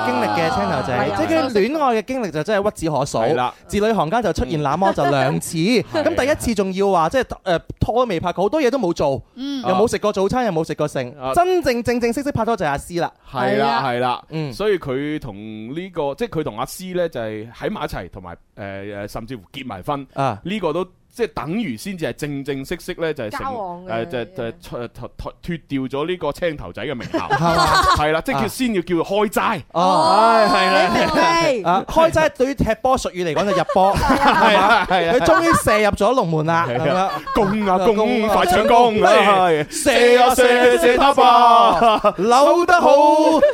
G: 經歷嘅青頭仔，即係佢戀愛嘅經歷就真係屈指可數。
E: 啊係啦，啊
G: 字裏行間就出現那麼就
E: [laughs]
G: 兩次，咁第一次仲要話即係誒拖都未拍過，好多嘢都冇做，
E: 嗯啊
G: 又冇食過早餐，又冇食過剩，真正正正式式拍拖就係阿詩啦。
E: 係啦，嗯係啦，所以佢同呢個，即係佢同阿詩呢，就係喺埋一齊，同埋誒誒，甚至乎結埋婚，
G: 啊
E: 呢個都即係等於先至係正正式式呢，就係
B: 交往
E: 成
B: 嘅
E: 誒就就脱脱脱脱掉咗呢個青頭仔嘅名
B: [laughs]
E: 校，
B: 係
E: [laughs]
G: 啊
B: 嘛
E: 係啦，即係叫先要叫做開齋，
G: 哦
E: 係 [laughs]
G: 你明
E: 啦
G: 啊，，開齋對於踢波術語嚟講就入波，係
E: 啊
G: 嘛？
E: 係啊
G: [laughs] 佢終於射入咗龍門啦，咁樣
E: 攻啊攻，
G: 啊
E: 快搶攻，係
G: 射啊射射他吧，扭得好，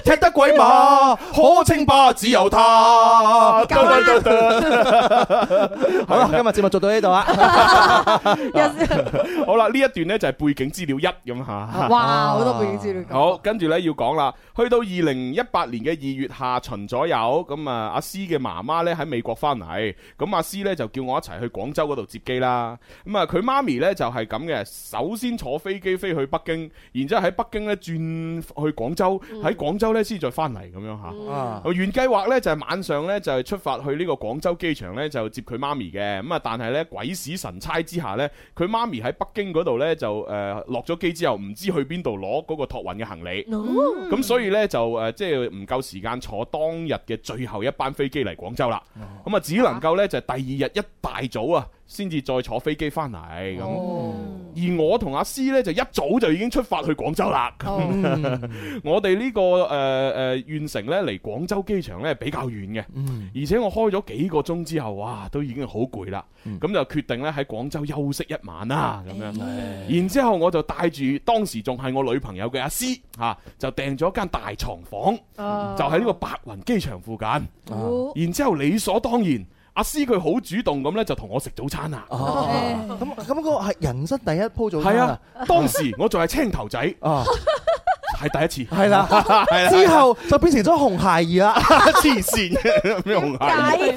G: 踢得鬼馬，可稱霸只有他。
B: 夠啦
G: 得得得
E: 啊
G: 好啦，今日節目做到呢度啦。
E: 好啦，呢一段呢就係背景資料一咁
B: 啊
E: 吓。
F: 哇，好多背景資料。
E: 好，跟住呢要講啦，去到二零一八年嘅二月下旬左右，咁啊阿詩嘅媽媽呢喺美國翻嚟，咁阿詩呢就叫我一齊去廣州嗰度接機啦。咁啊佢媽咪呢就係咁嘅，首先坐飛機飛去北京，然之後喺北京呢轉去廣州，喺廣州呢先再翻嚟咁樣吓。
B: 啊
E: 原計劃呢就係晚上呢，就係出發去呢個廣州機場呢，就接佢媽咪嘅，咁啊但係呢，鬼使神差之下呢，佢媽咪喺北京嗰度呢，就呃誒落咗機之後唔知去邊度攞嗰個託運嘅行李，咁、
B: 哦
E: 所以呢，就誒即係係唔夠時間坐當日嘅最後一班飛機嚟廣州啦。咁啊，只能夠呢，就係第二日一大早啊，先至再坐飛機翻嚟咁。
F: 哦
E: 而我同阿詩呢，就一早就已經出發去廣州啦。咁我哋呢、個誒誒縣城呢，離廣州機場呢比較遠嘅，而且我開咗幾個鐘之後，哇，都已經好攰啦。咁就決定呢，喺廣州休息一晚啦，咁樣。然之後我就帶住當時仲係我女朋友嘅阿詩嚇，就訂咗間大床房，
B: 哦
E: 就喺呢個白雲機場附近。
B: 哦
E: 然之後理所當然。阿詩佢好主動咁呢，就同我食早餐啦。
G: 咁咁嗰個係人生第一鋪做
E: 係
G: 餐
E: 啊，當時我仲係青頭仔，係第一次，
G: 係啦
E: 係啦
G: 之後就變成咗紅孩兒啦，
E: [laughs] 黐線嘅咩紅孩兒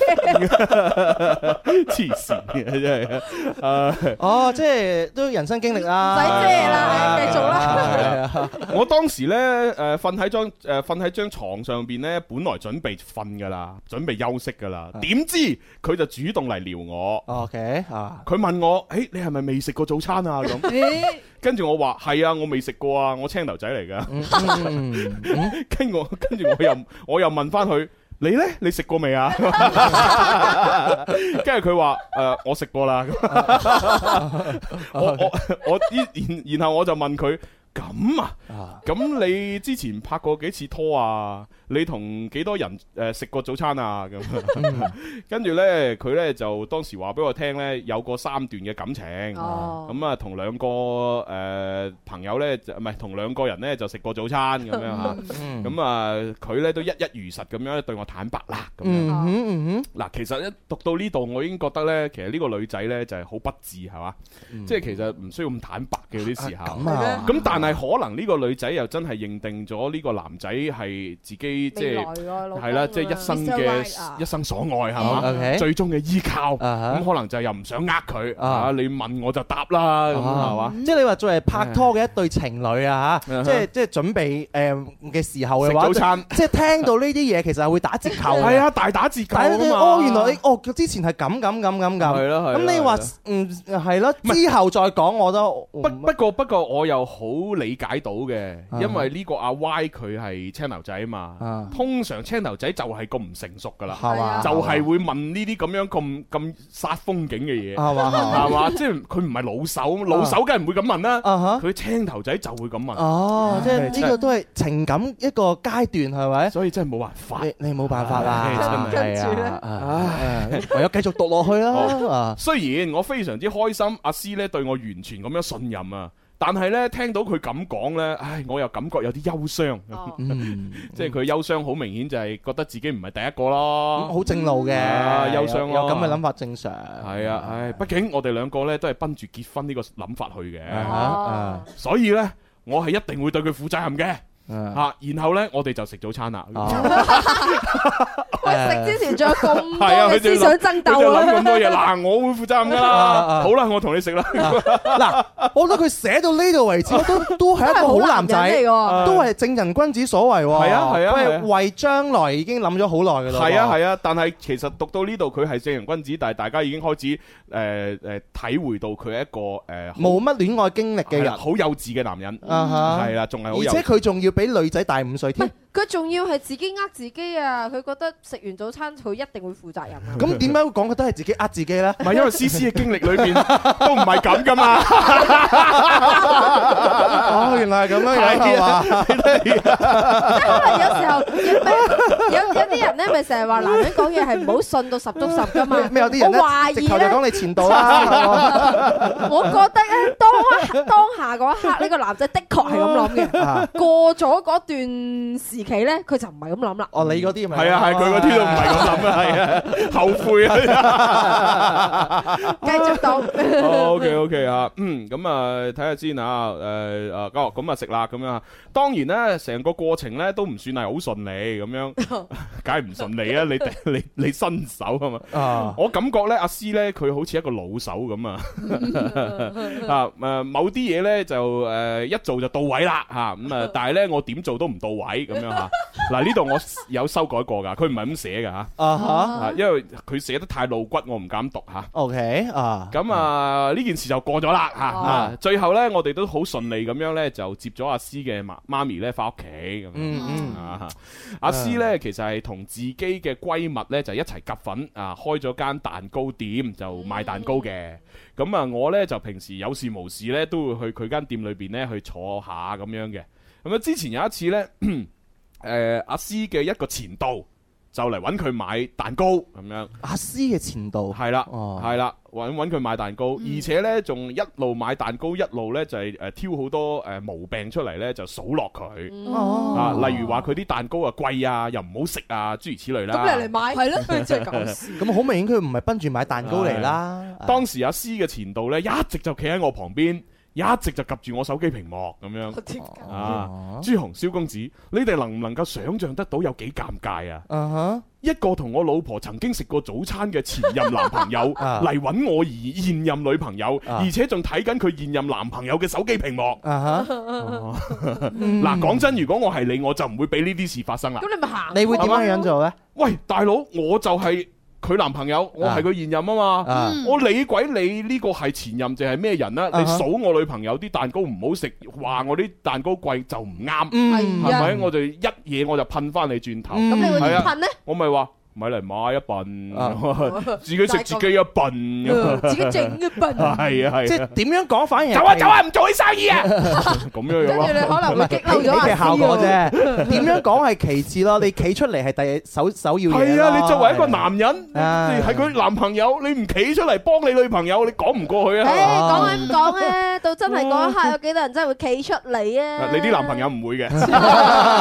E: 黐線嘅真係，啊誒
G: 哦，即係都人生經歷啦，唔使
F: 遮啦繼續
E: 係啊！我當時咧誒瞓喺張誒瞓喺張床上邊咧，本來準備瞓噶啦，準備休息噶啦，點知佢就主動嚟撩我。
G: OK 啊，
E: 佢問我：，誒你係咪未食過早餐啊？咁
F: 咦，
E: 跟住我話：係啊，我未食過啊，我青頭仔嚟噶。 [laughs] 跟住我跟住我又我又問翻佢。你呢？你食過未啊？ [laughs] 跟住佢話：誒，我食過啦。我我我然然後我就問佢咁啊，咁你之前拍過幾次拖啊？你同幾多人誒食過早餐啊？咁跟住呢，佢呢就當時話俾我聽呢，有過三段嘅感情，
B: 哦
E: 咁啊同兩個誒朋友呢，就唔係同兩個人呢就食過早餐咁樣嚇，
B: 嗯
E: 咁啊佢呢都一一如實咁樣對我坦白啦。咁樣
G: 嗯哼嗯
E: 嗱，其實一讀到呢度，我已經覺得呢，其實呢個女仔呢就係好不智，係嘛？
B: 嗯
E: 即係其實唔需要咁坦白嘅有
B: [laughs]
E: 啲時候。
G: 咁啊
E: 咁但係可能呢個女仔又真係認定咗呢個男仔係自己即
B: 未
E: 係
B: 來個老公
E: 係啦，即係一生
B: Mr. Right 啊
E: 嘅一生所愛係
B: 嗯
E: 嘛？
B: ，OK
E: 最終嘅依
G: 啊
E: 靠，咁可能就又唔想呃佢啊！你問我就答啦，咁
G: 啊
E: 係嘛？
G: 即係你話作為拍拖嘅一對情侶啊嚇，即係即係準備誒嘅時候嘅話，
E: 食早餐
G: 即係聽到呢啲嘢其實係會打折扣嘅。
E: 係啊大打折扣
G: 但係你
E: 啊嘛
G: 哦，原來你哦佢之前係咁咁咁咁咁。
E: 係咯係咯
G: 咁你話
E: 係咯
G: 嗯係咯，之後再講我都
E: 不不過不過我又好理解到嘅，
G: 啊
E: 因為呢個阿 Y 佢係青頭仔啊嘛，通常青頭仔就係咁唔成熟噶啦
G: 係啊，
E: 就係會問呢啲咁樣咁咁煞風景嘅嘢，
G: 係嘛係嘛
E: 係嘛？ [laughs] 即係佢唔係老手，老
G: 啊
E: 手梗係唔會咁問啦，佢青頭仔就會咁問。
G: 哦，即係呢個都
E: 嗯係
G: 係情感一個階段係咪？
E: 所以真係冇辦法，
G: 你你冇辦法
E: 唉
G: 啦，
E: 真係
G: 係啊
E: 唉
G: 啊唯有繼續讀落去
E: 好
G: 啦。啊
E: 雖然我非常之開心，阿師咧對我完全咁樣信任啊。但係咧，聽到佢咁講咧，唉，我又感覺有啲憂傷。
F: 哦
G: 嗯
E: 即係佢憂傷，好明顯就係覺得自己唔係第一個咯，
G: 好正路嘅
E: 啊憂傷
G: 有
E: 咯，
G: 有咁嘅諗法正常。
E: 係啊，唉，畢竟我哋兩個咧都係奔住結婚呢個諗法去
F: 哦
G: 啊
E: 嘅，所以咧我係一定會對佢負責任嘅。
G: 啊
E: 嚇，然後咧我哋就食早餐啦。 [laughs]
F: 喂，食之前仲有咁多
E: 係啊，佢
F: 嘅
E: 哋
F: 思想
E: 佢
F: 爭鬥
E: 就
F: 啊！
E: 諗咁多
F: [laughs]
E: 嘢，嗱，
G: [laughs]
E: 我會負責任㗎
G: 啊
E: 啦。好啦，我同你食啦。
G: 我覺得佢寫到呢度為止，我都都係一個好
F: [laughs]
G: 男仔，
F: 都係好男人嚟㗎
G: 都係正人君子所為喎。
E: 啊係啊係啊
G: 佢
E: 係啊
G: 係為將來已經諗咗好耐㗎啦。
E: [laughs] 係啊係啊，但係其實讀到呢度佢係正人君子，但係大家已經開始誒誒體會到佢係一個誒好
G: 冇乜戀愛經歷嘅
E: 係
G: 人
E: 啦，好幼稚嘅男人，
G: 啊哈
E: 係啦，仲係好
G: 而
E: 幼
G: 且
E: 稚。
G: 佢仲要比女仔大五歲
E: [laughs]
G: 添。
F: 佢仲要係自己呃自己啊！佢覺得食完早餐佢一定會負責任啊！
G: 咁點解會講佢都係自己呃自己呢？
E: 唔係因為 C C 嘅經歷裏
G: [laughs]
E: 邊都唔係咁噶嘛。啊
G: 哦，原來係咁樣樣係嘛？ [laughs]
F: 有有啲人咧，咪成日話男人講嘢係唔好信到十足十噶嘛？
G: 咩有啲人
F: 我懷
G: 咧，直
F: 疑
G: 頭就講
F: 咧，
G: 你前
E: [laughs]
G: 度啦。
F: 我覺得咧，當當下 [laughs] 嗰一刻，呢個男仔的確係咁諗
G: [laughs] 啊
F: 嘅。過咗嗰段時期咧，佢就唔係咁諗啦。
G: 哦，你嗰啲咪
E: 係啊係，佢嗰啲都唔係咁諗啊， [laughs] 係啊，後悔 [laughs] 啊。
F: 繼
G: [laughs]
F: 續到。
E: O K O K 啊，嗯，咁啊睇下先啊，誒啊，哦咁啊食啦咁樣啊。當然咧，成個過程咧都唔算係好順利咁樣， [laughs] 梗係唔順利啊！你你你新手啊嘛，
G: 啊
E: 我感覺咧阿師咧佢好似一個老手咁啊， [laughs] 啊誒某啲嘢咧就誒一做就到位啦嚇，咁啊但係咧我點做都唔到位咁樣吓。嗱呢度我有修改過㗎，佢唔係咁寫㗎吓，
G: 啊哈
E: 啊因為佢寫得太露骨，我唔敢讀吓。
G: OK 啊，
E: 咁啊呢件事就過咗啦吓，
G: 哦
E: 啊最後呢，我哋都好順利咁樣呢，就接咗阿詩嘅媽媽咪呢翻屋企咁樣。
G: 嗯
E: 啊阿詩呢，其實係同自己嘅閨蜜呢，就一齊夾粉啊，開咗間蛋糕店就賣蛋糕嘅。咁啊我呢，就平時有事無事呢，都會去佢間店裏邊呢去坐下咁樣嘅。咁啊之前有一次呢， [clears throat] 誒阿詩嘅一個前度就嚟揾佢買蛋糕咁樣。
G: 阿詩嘅前度
E: 係啦，
F: 哦
E: 係啦，揾揾佢買蛋糕，
F: 嗯
E: 而且呢，仲一路買蛋糕，一路呢就係誒呃挑好多誒毛病出嚟呢，就數落佢
F: 哦
E: 啊，例如話佢啲蛋糕啊貴啊，又唔好食啊，諸如此類啦。
F: 咁你嚟買係咯，真
G: [laughs]
F: 係搞笑。
G: 咁好明顯佢唔係奔住買蛋糕嚟啦。
E: 係。當時阿詩嘅前度呢，一直就企喺我旁邊，一直就及住我手機屏幕咁
F: 哦
E: 樣。啊，朱紅、蕭公子，你哋能唔能夠想像得到有幾尷尬啊？
G: 啊
E: 一個同我老婆曾經食過早餐嘅前任男朋友
G: [laughs] 啊
E: 嚟揾我而現任女朋友，
G: 啊
E: 而且仲睇緊佢現任男朋友嘅手機屏幕。
G: 啊哈
E: 哦 [laughs] 嗱，講真，如果我係你，我就唔會俾呢啲事發生啦。
G: 嗯
F: 咁你咪行， [laughs]
G: 你會點樣樣做咧？
E: 喂，大佬，我就係佢男朋友，我係佢現任啊嘛
G: 啊，
E: 我理鬼你呢個係前任定係咩人啦？
G: 啊哈
E: 你數我女朋友啲蛋糕唔好食，話我啲蛋糕貴就唔啱，
G: 嗯
E: 係
G: 係
E: 咪？
G: 啊
E: 我就一嘢我就噴翻你轉頭。
G: 咁你會點
E: 係啊
G: 噴呢？
E: 我咪話。咪嚟買一 [laughs] 笨，自己食自己一
G: 啊 [laughs]
F: 嗯
E: 笨，
G: 自己整 [laughs] 一
E: 笨，係啊係啊，
G: 即係點樣講反而係
E: 走啊走啊，唔做起生意啊，咁樣樣咯。
G: [laughs] 喜劇效果啫。點樣講係其次咯，你企出嚟係第首首要嘢
E: 係
G: 咯。
E: 啊，你作為一個男人，
G: 啊
E: 你係佢男朋友，你唔企出嚟幫你女朋友，你講唔過去
F: 哎
E: 啊？
G: [laughs]
F: 講係咁講咧，到真係嗰一刻，有幾多人真係會企出嚟啊？
E: 你啲男朋友唔會嘅，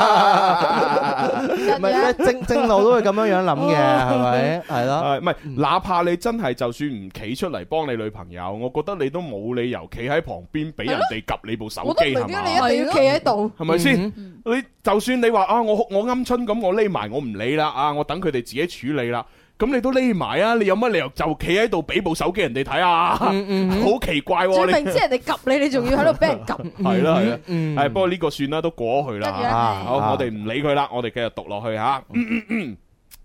G: 唔 [laughs] 係咧，正正路都會咁樣樣諗嘅，係咪？係咯。
E: 啊係唔係？哪怕你真係就算唔企出嚟幫你女朋友，我覺得你都冇理由企喺旁邊俾人哋及你部手
F: 我都唔
E: 機
F: 明
E: 係
F: 點
E: 嘛？
F: 解你一定要企喺度，
E: 係咪先？你就算你話啊，我我鵪鶉咁，我匿埋，我唔理啦，啊，我等佢哋自己處理啦。咁你都匿埋啊？你有乜理由就企喺度俾部手機人哋睇啊？
G: 嗯
E: [laughs] 好奇怪喎！
F: 最嗯
E: 你
F: 明知人哋及你，你仲要喺度俾人及。
E: 係啦係啦，
G: 嗯
E: 係不過呢個算啦，都過去啦。
F: 得嘅
E: 啊
F: 係
E: 好，我哋唔理佢啦，我哋繼續讀落去嗯吓。嗯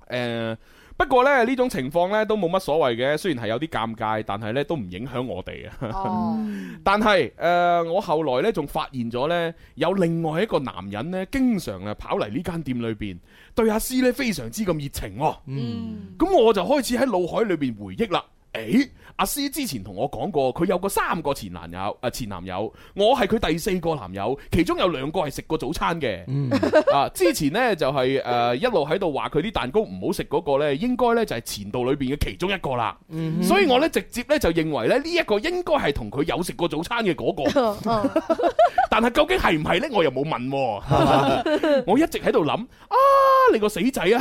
E: 誒，不過咧呢種情況咧都冇乜所謂嘅，雖然係有啲尷尬，但係咧都唔影響我哋
F: Ờ.
E: 啊。但係誒，我後來咧仲發現咗咧，有另外一個男人咧，經常啊跑嚟呢間店裏邊，對阿詩咧非常之咁熱情喎。
F: Ừ.
G: 嗯，
E: 咁我就開始喺腦海裏邊回憶啦。誒，阿詩之前同我講過，佢有個三個前男友，啊前男友，我係佢第四個男友，其中有兩個係食過早餐嘅。 [laughs] 啊，之前呢，就係、誒、一路喺度話佢啲蛋糕唔好食嗰個呢，應該呢就係前度裏邊嘅其中一個啦。
G: 嗯
E: 所以我呢，直接呢就認為咧呢一個應該係同佢有食過早餐嘅嗰、
F: Ờ,
E: 個。但係究竟係唔係呢？我又冇問喎。我一直喺度諗啊，你個死仔啊！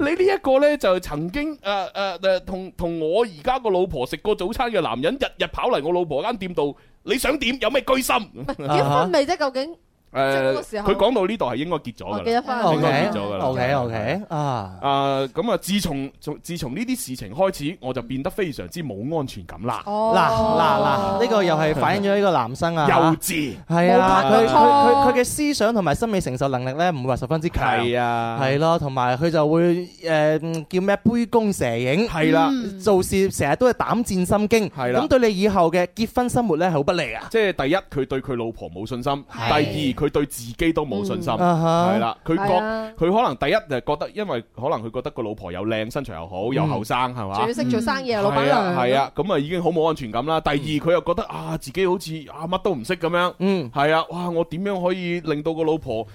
E: 你呢一個呢，就曾經誒誒誒同同我而家個老婆食過早餐嘅男人，日日跑嚟我老婆間店度，你想點？有咩居心？
F: 結婚未啫？究竟嗰個時
E: 誒，
F: 候
E: 佢講到呢度係應該結咗
F: 哦結咗
E: 㗎啦，
F: 婚
E: 應該結咗㗎啦。
G: OK，OK，OK，啊。
E: 啊，咁啊，自從從自從呢啲事情開始，我就變得非常之冇安全感啦。
F: Ờ.
G: 嗱
F: 哦
G: 嗱嗱，呢個又係反映咗呢個男生啊，
E: 幼稚
G: 係啊，
E: 冇拍過
G: 佢佢
E: 拖
G: 佢佢嘅思想同埋心理承受能力咧，唔會話十分之強，
E: 係啊
G: 係咯，同埋佢就會誒嗯叫咩杯弓蛇影，
E: 係啦，
G: 做事成日都係膽戰心驚，係
E: 啦
G: 咁對你以後嘅結婚生活咧係好不利啊。
E: 即係第一，佢對佢老婆冇信心；第二，佢對自己都冇信心。
G: 嗯啊哈
E: 係啦，佢
G: 係啊
E: 覺佢可能第一就覺得，因為可能佢覺得個老婆又靚，身材又
G: 嗯
E: 好，又後生，係嘛？
F: 仲要識做生意啊老闆
E: 係啊
F: 娘
E: 係啊，咁啊已經好冇安全感啦。第二，佢又覺得啊自己好似啊乜都唔識咁樣。
G: 嗯，
E: 係啊，哇！我點樣可以令到個老婆？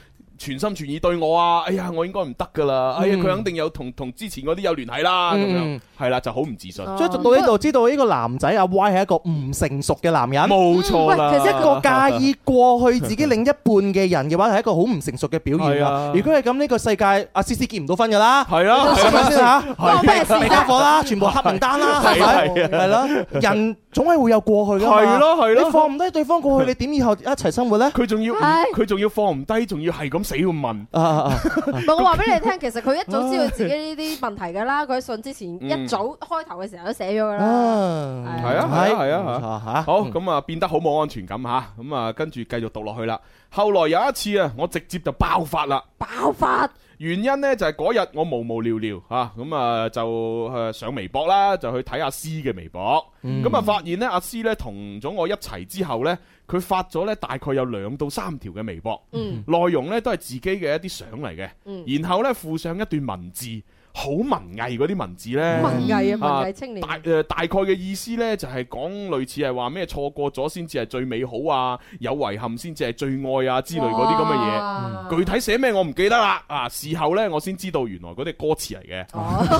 E: 全心全意對我啊！哎呀，我應該唔得噶啦！哎呀，
G: 嗯
E: 佢肯定有同同之前嗰啲有聯繫啦，咁樣
G: 嗯
E: 係啦，就好唔自信。
F: Ờ.
G: 所以讀到呢度，知道呢個男仔阿 Y 係一個唔成熟嘅男人，
E: 冇錯啦
G: 嗯喂其實一個介意過去自己另一半嘅人嘅話，係一個好唔成熟嘅表現
E: 係
G: 啊
E: 啊！
G: 如果係咁，呢個世界阿思思結唔到婚㗎啦，
E: 係啊
G: 係咪先嚇？
E: 係啊關我咩事啫
G: 未家伙啦，全部黑名單啦，係
E: 係啊
G: 咪？
E: 係
G: 係
E: 啊
G: 咯，人總係會有過去㗎嘛。
E: 係咯係咯
G: 你放唔低對方過去，你點以後一齊生活咧？
E: 佢仲要佢仲要放唔低，仲要係咁死要問
G: 啊
F: 唔係我話俾你聽，其實佢一早知道自己呢啲問題㗎啦，佢喺信之前一早開頭嘅時候都寫咗
G: 啊
F: 㗎
G: Ừ.
F: 啦。
E: 系啊，
G: 嗯
E: 系啊，系啊，吓好咁啊，變得好冇安全感吓，咁啊，跟住繼續讀落去啦。後來有一次啊，我直接就爆發啦，
F: 爆發。
E: 原因呢就係嗰日我無無聊聊嚇，咁啊就誒上微博啦，就去睇阿詩嘅微博，咁啊發現呢，阿詩呢同咗我一齊之後呢，佢發咗呢大概有兩到三條嘅微博，
F: Ừ.
B: 嗯
E: 內容呢都係自己嘅一啲相嚟嘅，
B: 嗯
E: 然後呢附上一段文字。好文藝嗰啲文字呢，
F: 文藝啊文藝青
B: 嗯
F: 年
E: 大誒大概嘅意思呢，就係講類似係話咩錯過咗先至係最美好啊，有遺憾先至係最愛啊之類嗰啲咁嘅嘢。
F: Ờ.
B: 哇
E: 具體寫咩我唔記得啦，啊，事後呢，我先知道原來嗰啲係歌詞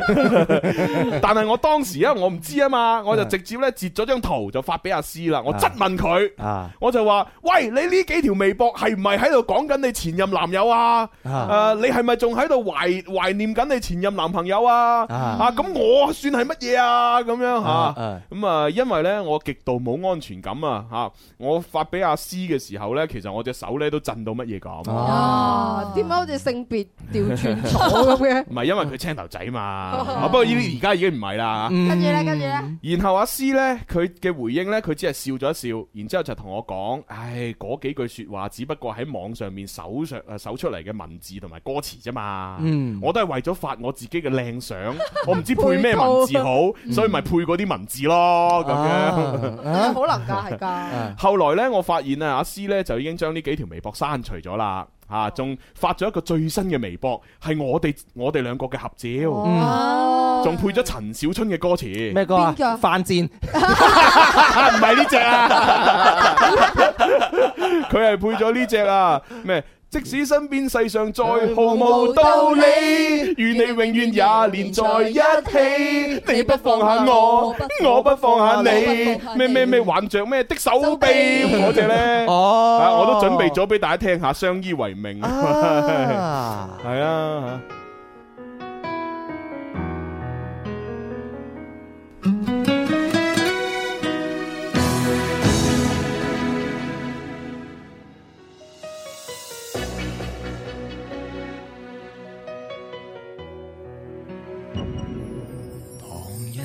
E: 嚟
B: [laughs]
E: 嘅。
F: Ờ.
E: 但係我當時因為我唔知啊嘛，我就
B: 嗯
E: 直接呢截咗張圖就發俾阿詩啦，我質問佢，
G: 嗯
B: 啊
E: 我就話：喂，你呢幾條微博係唔係喺度講緊你前任男友啊？
B: 啊
E: 誒，你係咪仲喺度懷懷念緊你前任男朋友啊？
B: 啊
E: 啊，咁我算係乜嘢啊？咁樣
B: 啊
E: 嚇。咁啊，因為呢，我極度冇安全感啊！嚇，我發俾阿詩嘅時候呢，其實我隻手呢都震到乜嘢咁。
F: Ờ.
H: Ờ,
F: 啊，點解好似性別調轉咗咁嘅？
E: 唔係因為佢青頭仔嘛，啊不過呢啲而家已經唔係啦
B: 嗯
E: 嚇。
G: 嗯
F: 跟住咧，跟住咧，
E: 然後阿詩呢，佢嘅回應呢，佢只係笑咗一笑，然之後就同我講：，唉，嗰幾句説話只不過喺網上面搜上誒搜出嚟嘅文字同埋歌詞啫嘛。
B: 嗯
E: 我都係為咗發我自己嘅靚相，我唔知配咩文字好， [laughs] 所以咪配嗰啲文字咯咁樣。
F: 可能㗎，係
E: [laughs]
F: 㗎。
E: 後來呢，我發現啊，阿詩呢就已經將呢幾條微博刪除咗啦。嚇，仲發咗一個最新嘅微博，係我哋我哋兩個嘅合
F: 哦 Ờ.
E: 照，仲配咗陳小春嘅歌詞。
G: 咩歌啊邊個
E: 犯賤，唔係呢只啊！ [laughs] 佢係配咗呢只啊咩？即使身邊世上再毫無道理，與你永遠也連在一起，你不放下我，我不放下你，咩咩咩還着咩的手臂嗰只咧，[laughs]
G: 哦
E: 啊我都準備咗俾大家聽下，相依為命， [laughs]
G: 啊
E: 係啊。
L: 人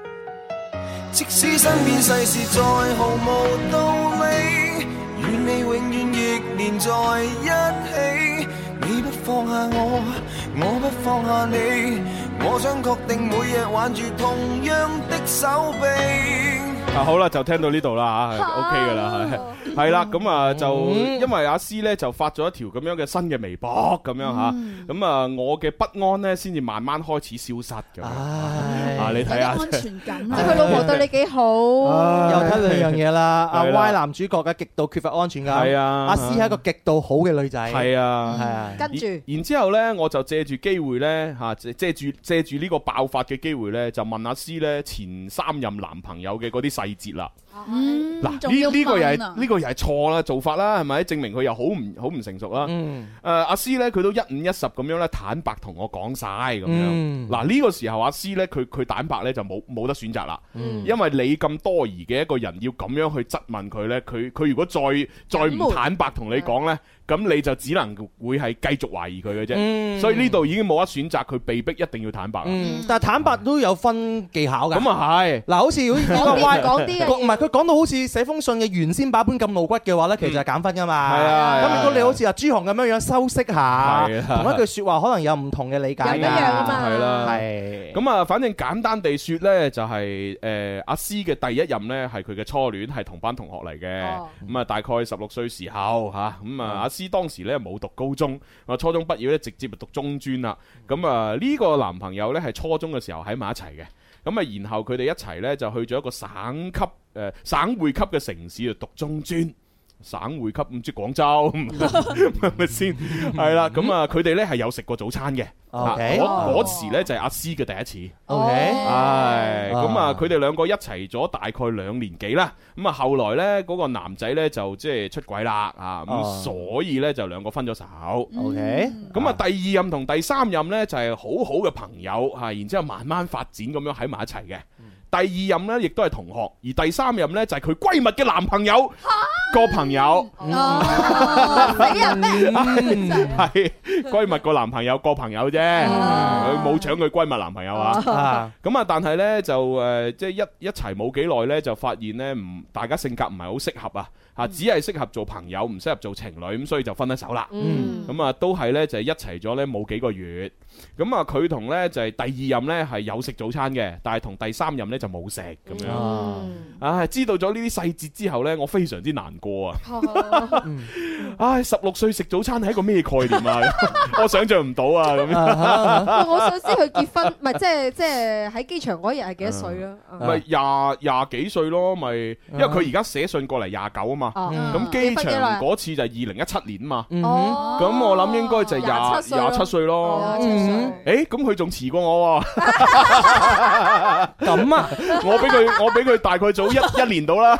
L: 即使身邊世事再毫無道理，與你永遠亦連在一起。你不放下我，我不放下你，我想確定每日挽住同樣的手臂。
E: 啊好啦，就聽到呢度啦吓，OK 噶啦，係係啦，咁
F: 嗯
E: 啊就因為阿詩咧就發咗一條咁樣嘅新嘅微博咁
F: 嗯
E: 樣吓，咁啊我嘅不安咧先至慢慢開始消失咁樣。啊你睇下，
F: 有啲安全感啊即係佢老婆對你幾好，
G: 又
E: [laughs]
G: 睇兩樣嘢啦，阿
E: 係啦
G: Y 男主角嘅極度缺乏安全感，
E: 係啊
G: 阿詩係一個極度好嘅女仔，
E: 係啊，
G: 係啊，
F: 跟住
E: 然然之後呢，我就借住機會呢，嚇，借借住借住呢個爆發嘅機會呢，就問阿詩呢前三任男朋友嘅嗰啲細節啦。
H: Ừ,
F: Ừ.
B: 嗯，
E: 嗱，呢呢個又係
H: à.
F: 啊
E: 呢個又係錯啦，做法啦，係咪？證明佢又好唔好唔成熟啦。誒，呃阿詩呢，佢都一五一十咁樣咧，坦白同我講晒咁樣。
B: 嗯
E: 嗱，呢個時候阿詩呢，佢佢坦白呢就冇冇得選擇啦，
B: 嗯
E: 因為你咁多疑嘅一個人要咁樣去質問佢呢，佢佢如果再再
B: 隱
E: 唔
B: 瞞
E: 坦白同你講呢，咁你就只能會係繼續懷疑佢嘅啫。
G: 嗯
E: 所以呢度已經冇得選擇，佢被逼一定要坦白啦。
G: 嗯，但係坦白都有分技巧㗎。
E: 咁啊係，
G: 嗱，好似如果呢個 Y
E: 講啲嘅
G: 唔係佢講到好似寫封信嘅原先版本咁露骨嘅話咧，其實係減分㗎嘛。
E: 係啊係啊
G: 咁如果你好似阿朱紅咁樣樣修飾下
E: 係啊，
G: 同一句説話可能有唔同嘅理解㗎。
E: 係啦，
G: 係
E: 咁啊，反正簡單地說呢，就係誒阿詩嘅第一任呢，係佢嘅初戀，係同班同學嚟嘅。咁啊，大概十六歲時候吓，咁啊，阿詩當時呢冇讀高中，啊初中畢業呢，直接就讀中專啦。咁啊，呢個男朋友呢，係初中嘅時候喺埋一齊嘅。咁啊，然後呃佢哋一齊呢，就去咗一個省級誒省會級嘅城市度讀中專。省會級唔知廣州， [laughs] 係咪先？係啦，咁啊，佢哋咧係有食過早餐嘅。啊
G: OK
E: 嗰嗰時咧就係阿詩嘅第一次。
G: OK
E: 係咁啊，佢哋兩個一齊咗大概兩年幾啦。咁啊，後來咧嗰個男仔咧就即係出軌啦啊，
G: 哦
E: 咁所以咧就兩個分咗手。
G: OK
E: 咁啊，第二任同第三任咧就係好好嘅朋友嚇，然之後慢慢發展咁樣喺埋一齊嘅。第二任咧亦都係同學，而第三任咧就係佢閨蜜嘅男朋友個朋友。
H: Ờ.
B: 死人咩
E: 系闺蜜個男朋友個朋友啫，
H: À.
E: Ờ, 佢冇搶佢閨蜜男朋友啊
B: 啊。
E: 咁啊，但係呢，就诶，即係一一齊冇幾耐呢，就發現呢，唔大家性格唔係好適合啊，吓只係適合做朋友，唔適合做情侶，咁所以就分咗手啦。
F: Ừ.
B: 嗯
E: 咁啊，都係呢，就係一齊咗呢冇幾個月。咁啊，佢同呢，就係第二任呢，係有食早餐嘅，但係同第三任呢，就冇食咁樣。唉，知道咗呢啲細節之後呢，我非常之難過啊！ [laughs] 唉，十六歲食早餐係一個咩概念啊？我想象唔到啊！咁
F: 喂我想
E: 樣，
F: 知佢結婚，唔係即係即係喺機場嗰日係幾多歲啊？啊
E: 咪廿廿幾歲咯，咪因為佢而家寫信過嚟廿九啊嘛，
F: 哦
E: 咁機場嗰次就係二零一七年嘛，
G: Ừ.
F: 哦
E: 咁我諗應該
F: Dạ,
E: 就係
B: 廿七
E: 廿
B: 歲咯
E: 廿七歲
F: Ờ,
E: 咯。嗯誒，咁佢仲遲過我喎，
G: 咁啊，
E: 我比佢我比佢大概早一一年到啦，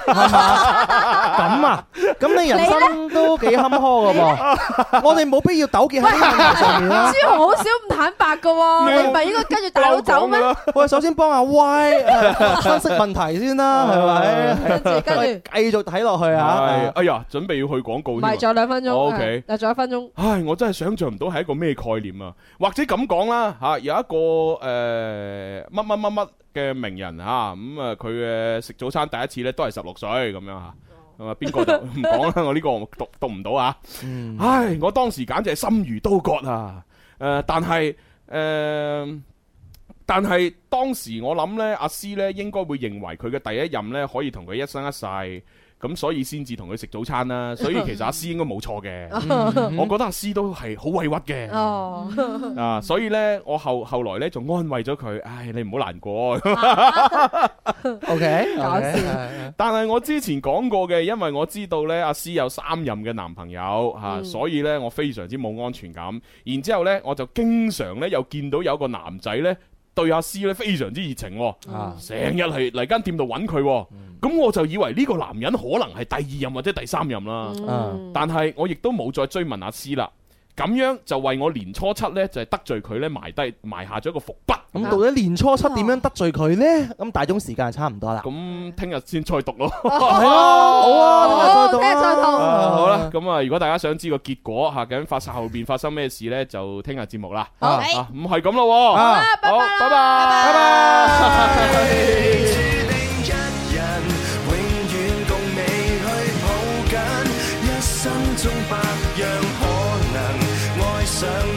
G: 咁啊，咁你人生都幾坎坷噶噃，我哋冇必要糾結喺呢個問題上面啦。
F: 朱紅好少唔坦白噶喎，你唔係應該跟住大佬走咩？
G: 我哋首先幫阿 Y 誒分析問題先啦，係咪？
F: 跟住跟
G: 住繼續睇落去
E: 係
G: 啊！
E: 哎呀，準備要去廣告
F: 唔
E: 添啊
F: 係仲有兩分鐘
E: OK
F: 嗱仲有一分鐘，
E: 唉，我真係想象唔到係一個咩概念啊！或者咁講啦，吓、有一個诶乜乜乜乜嘅名人吓，咁啊佢嘅食早餐第一次咧都係十六歲咁樣吓，咁啊邊個就唔講啦，我呢個我讀讀唔到啊！唉，我當時簡直係心如刀割啊！诶、但係诶。誒但係當時我諗呢，阿詩呢應該會認為佢嘅第一任呢可以同佢一生一世，咁所以先至同佢食早餐啦。所以其實阿詩應該冇錯嘅，
B: 嗯
E: 我覺得阿詩都係好委屈嘅。
F: 哦，
H: Ờ.
E: 啊，所以呢，我後後來呢就安慰咗佢，唉，你唔好難過。 [laughs]
G: OK，
B: 搞笑
E: 但係我之前講過嘅，因為我知道呢，阿詩有三任嘅男朋友吓，
B: 嗯
E: 所以呢，我非常之冇安全感。然之後呢，我就經常呢又見到有個男仔呢對阿詩呢非常之熱情喎，成日嚟嚟間店度揾佢喎。
B: 嗯
E: 咁我就以為呢個男人可能係第二任或者第三任啦，
B: 嗯
E: 但係我亦都冇再追問阿詩啦。咁樣就為我年初七呢，就係得罪佢呢，埋低埋下咗一個伏筆。
G: 咁到底年初七點樣得罪佢呢？咁大鐘時間差唔多啦。
E: 咁聽日先再讀啊哦咯。 [laughs]
G: 係咯，好啊，聽日再讀啦。
E: 啊好啦，咁啊，如果大家想知個結果吓，究竟發生後边發生咩事呢？就聽日節目啦。
B: 好
E: 啊咁係咁咯喎。
B: 啊
E: 好，拜拜，拜拜。
B: 一生中百樣可能，愛上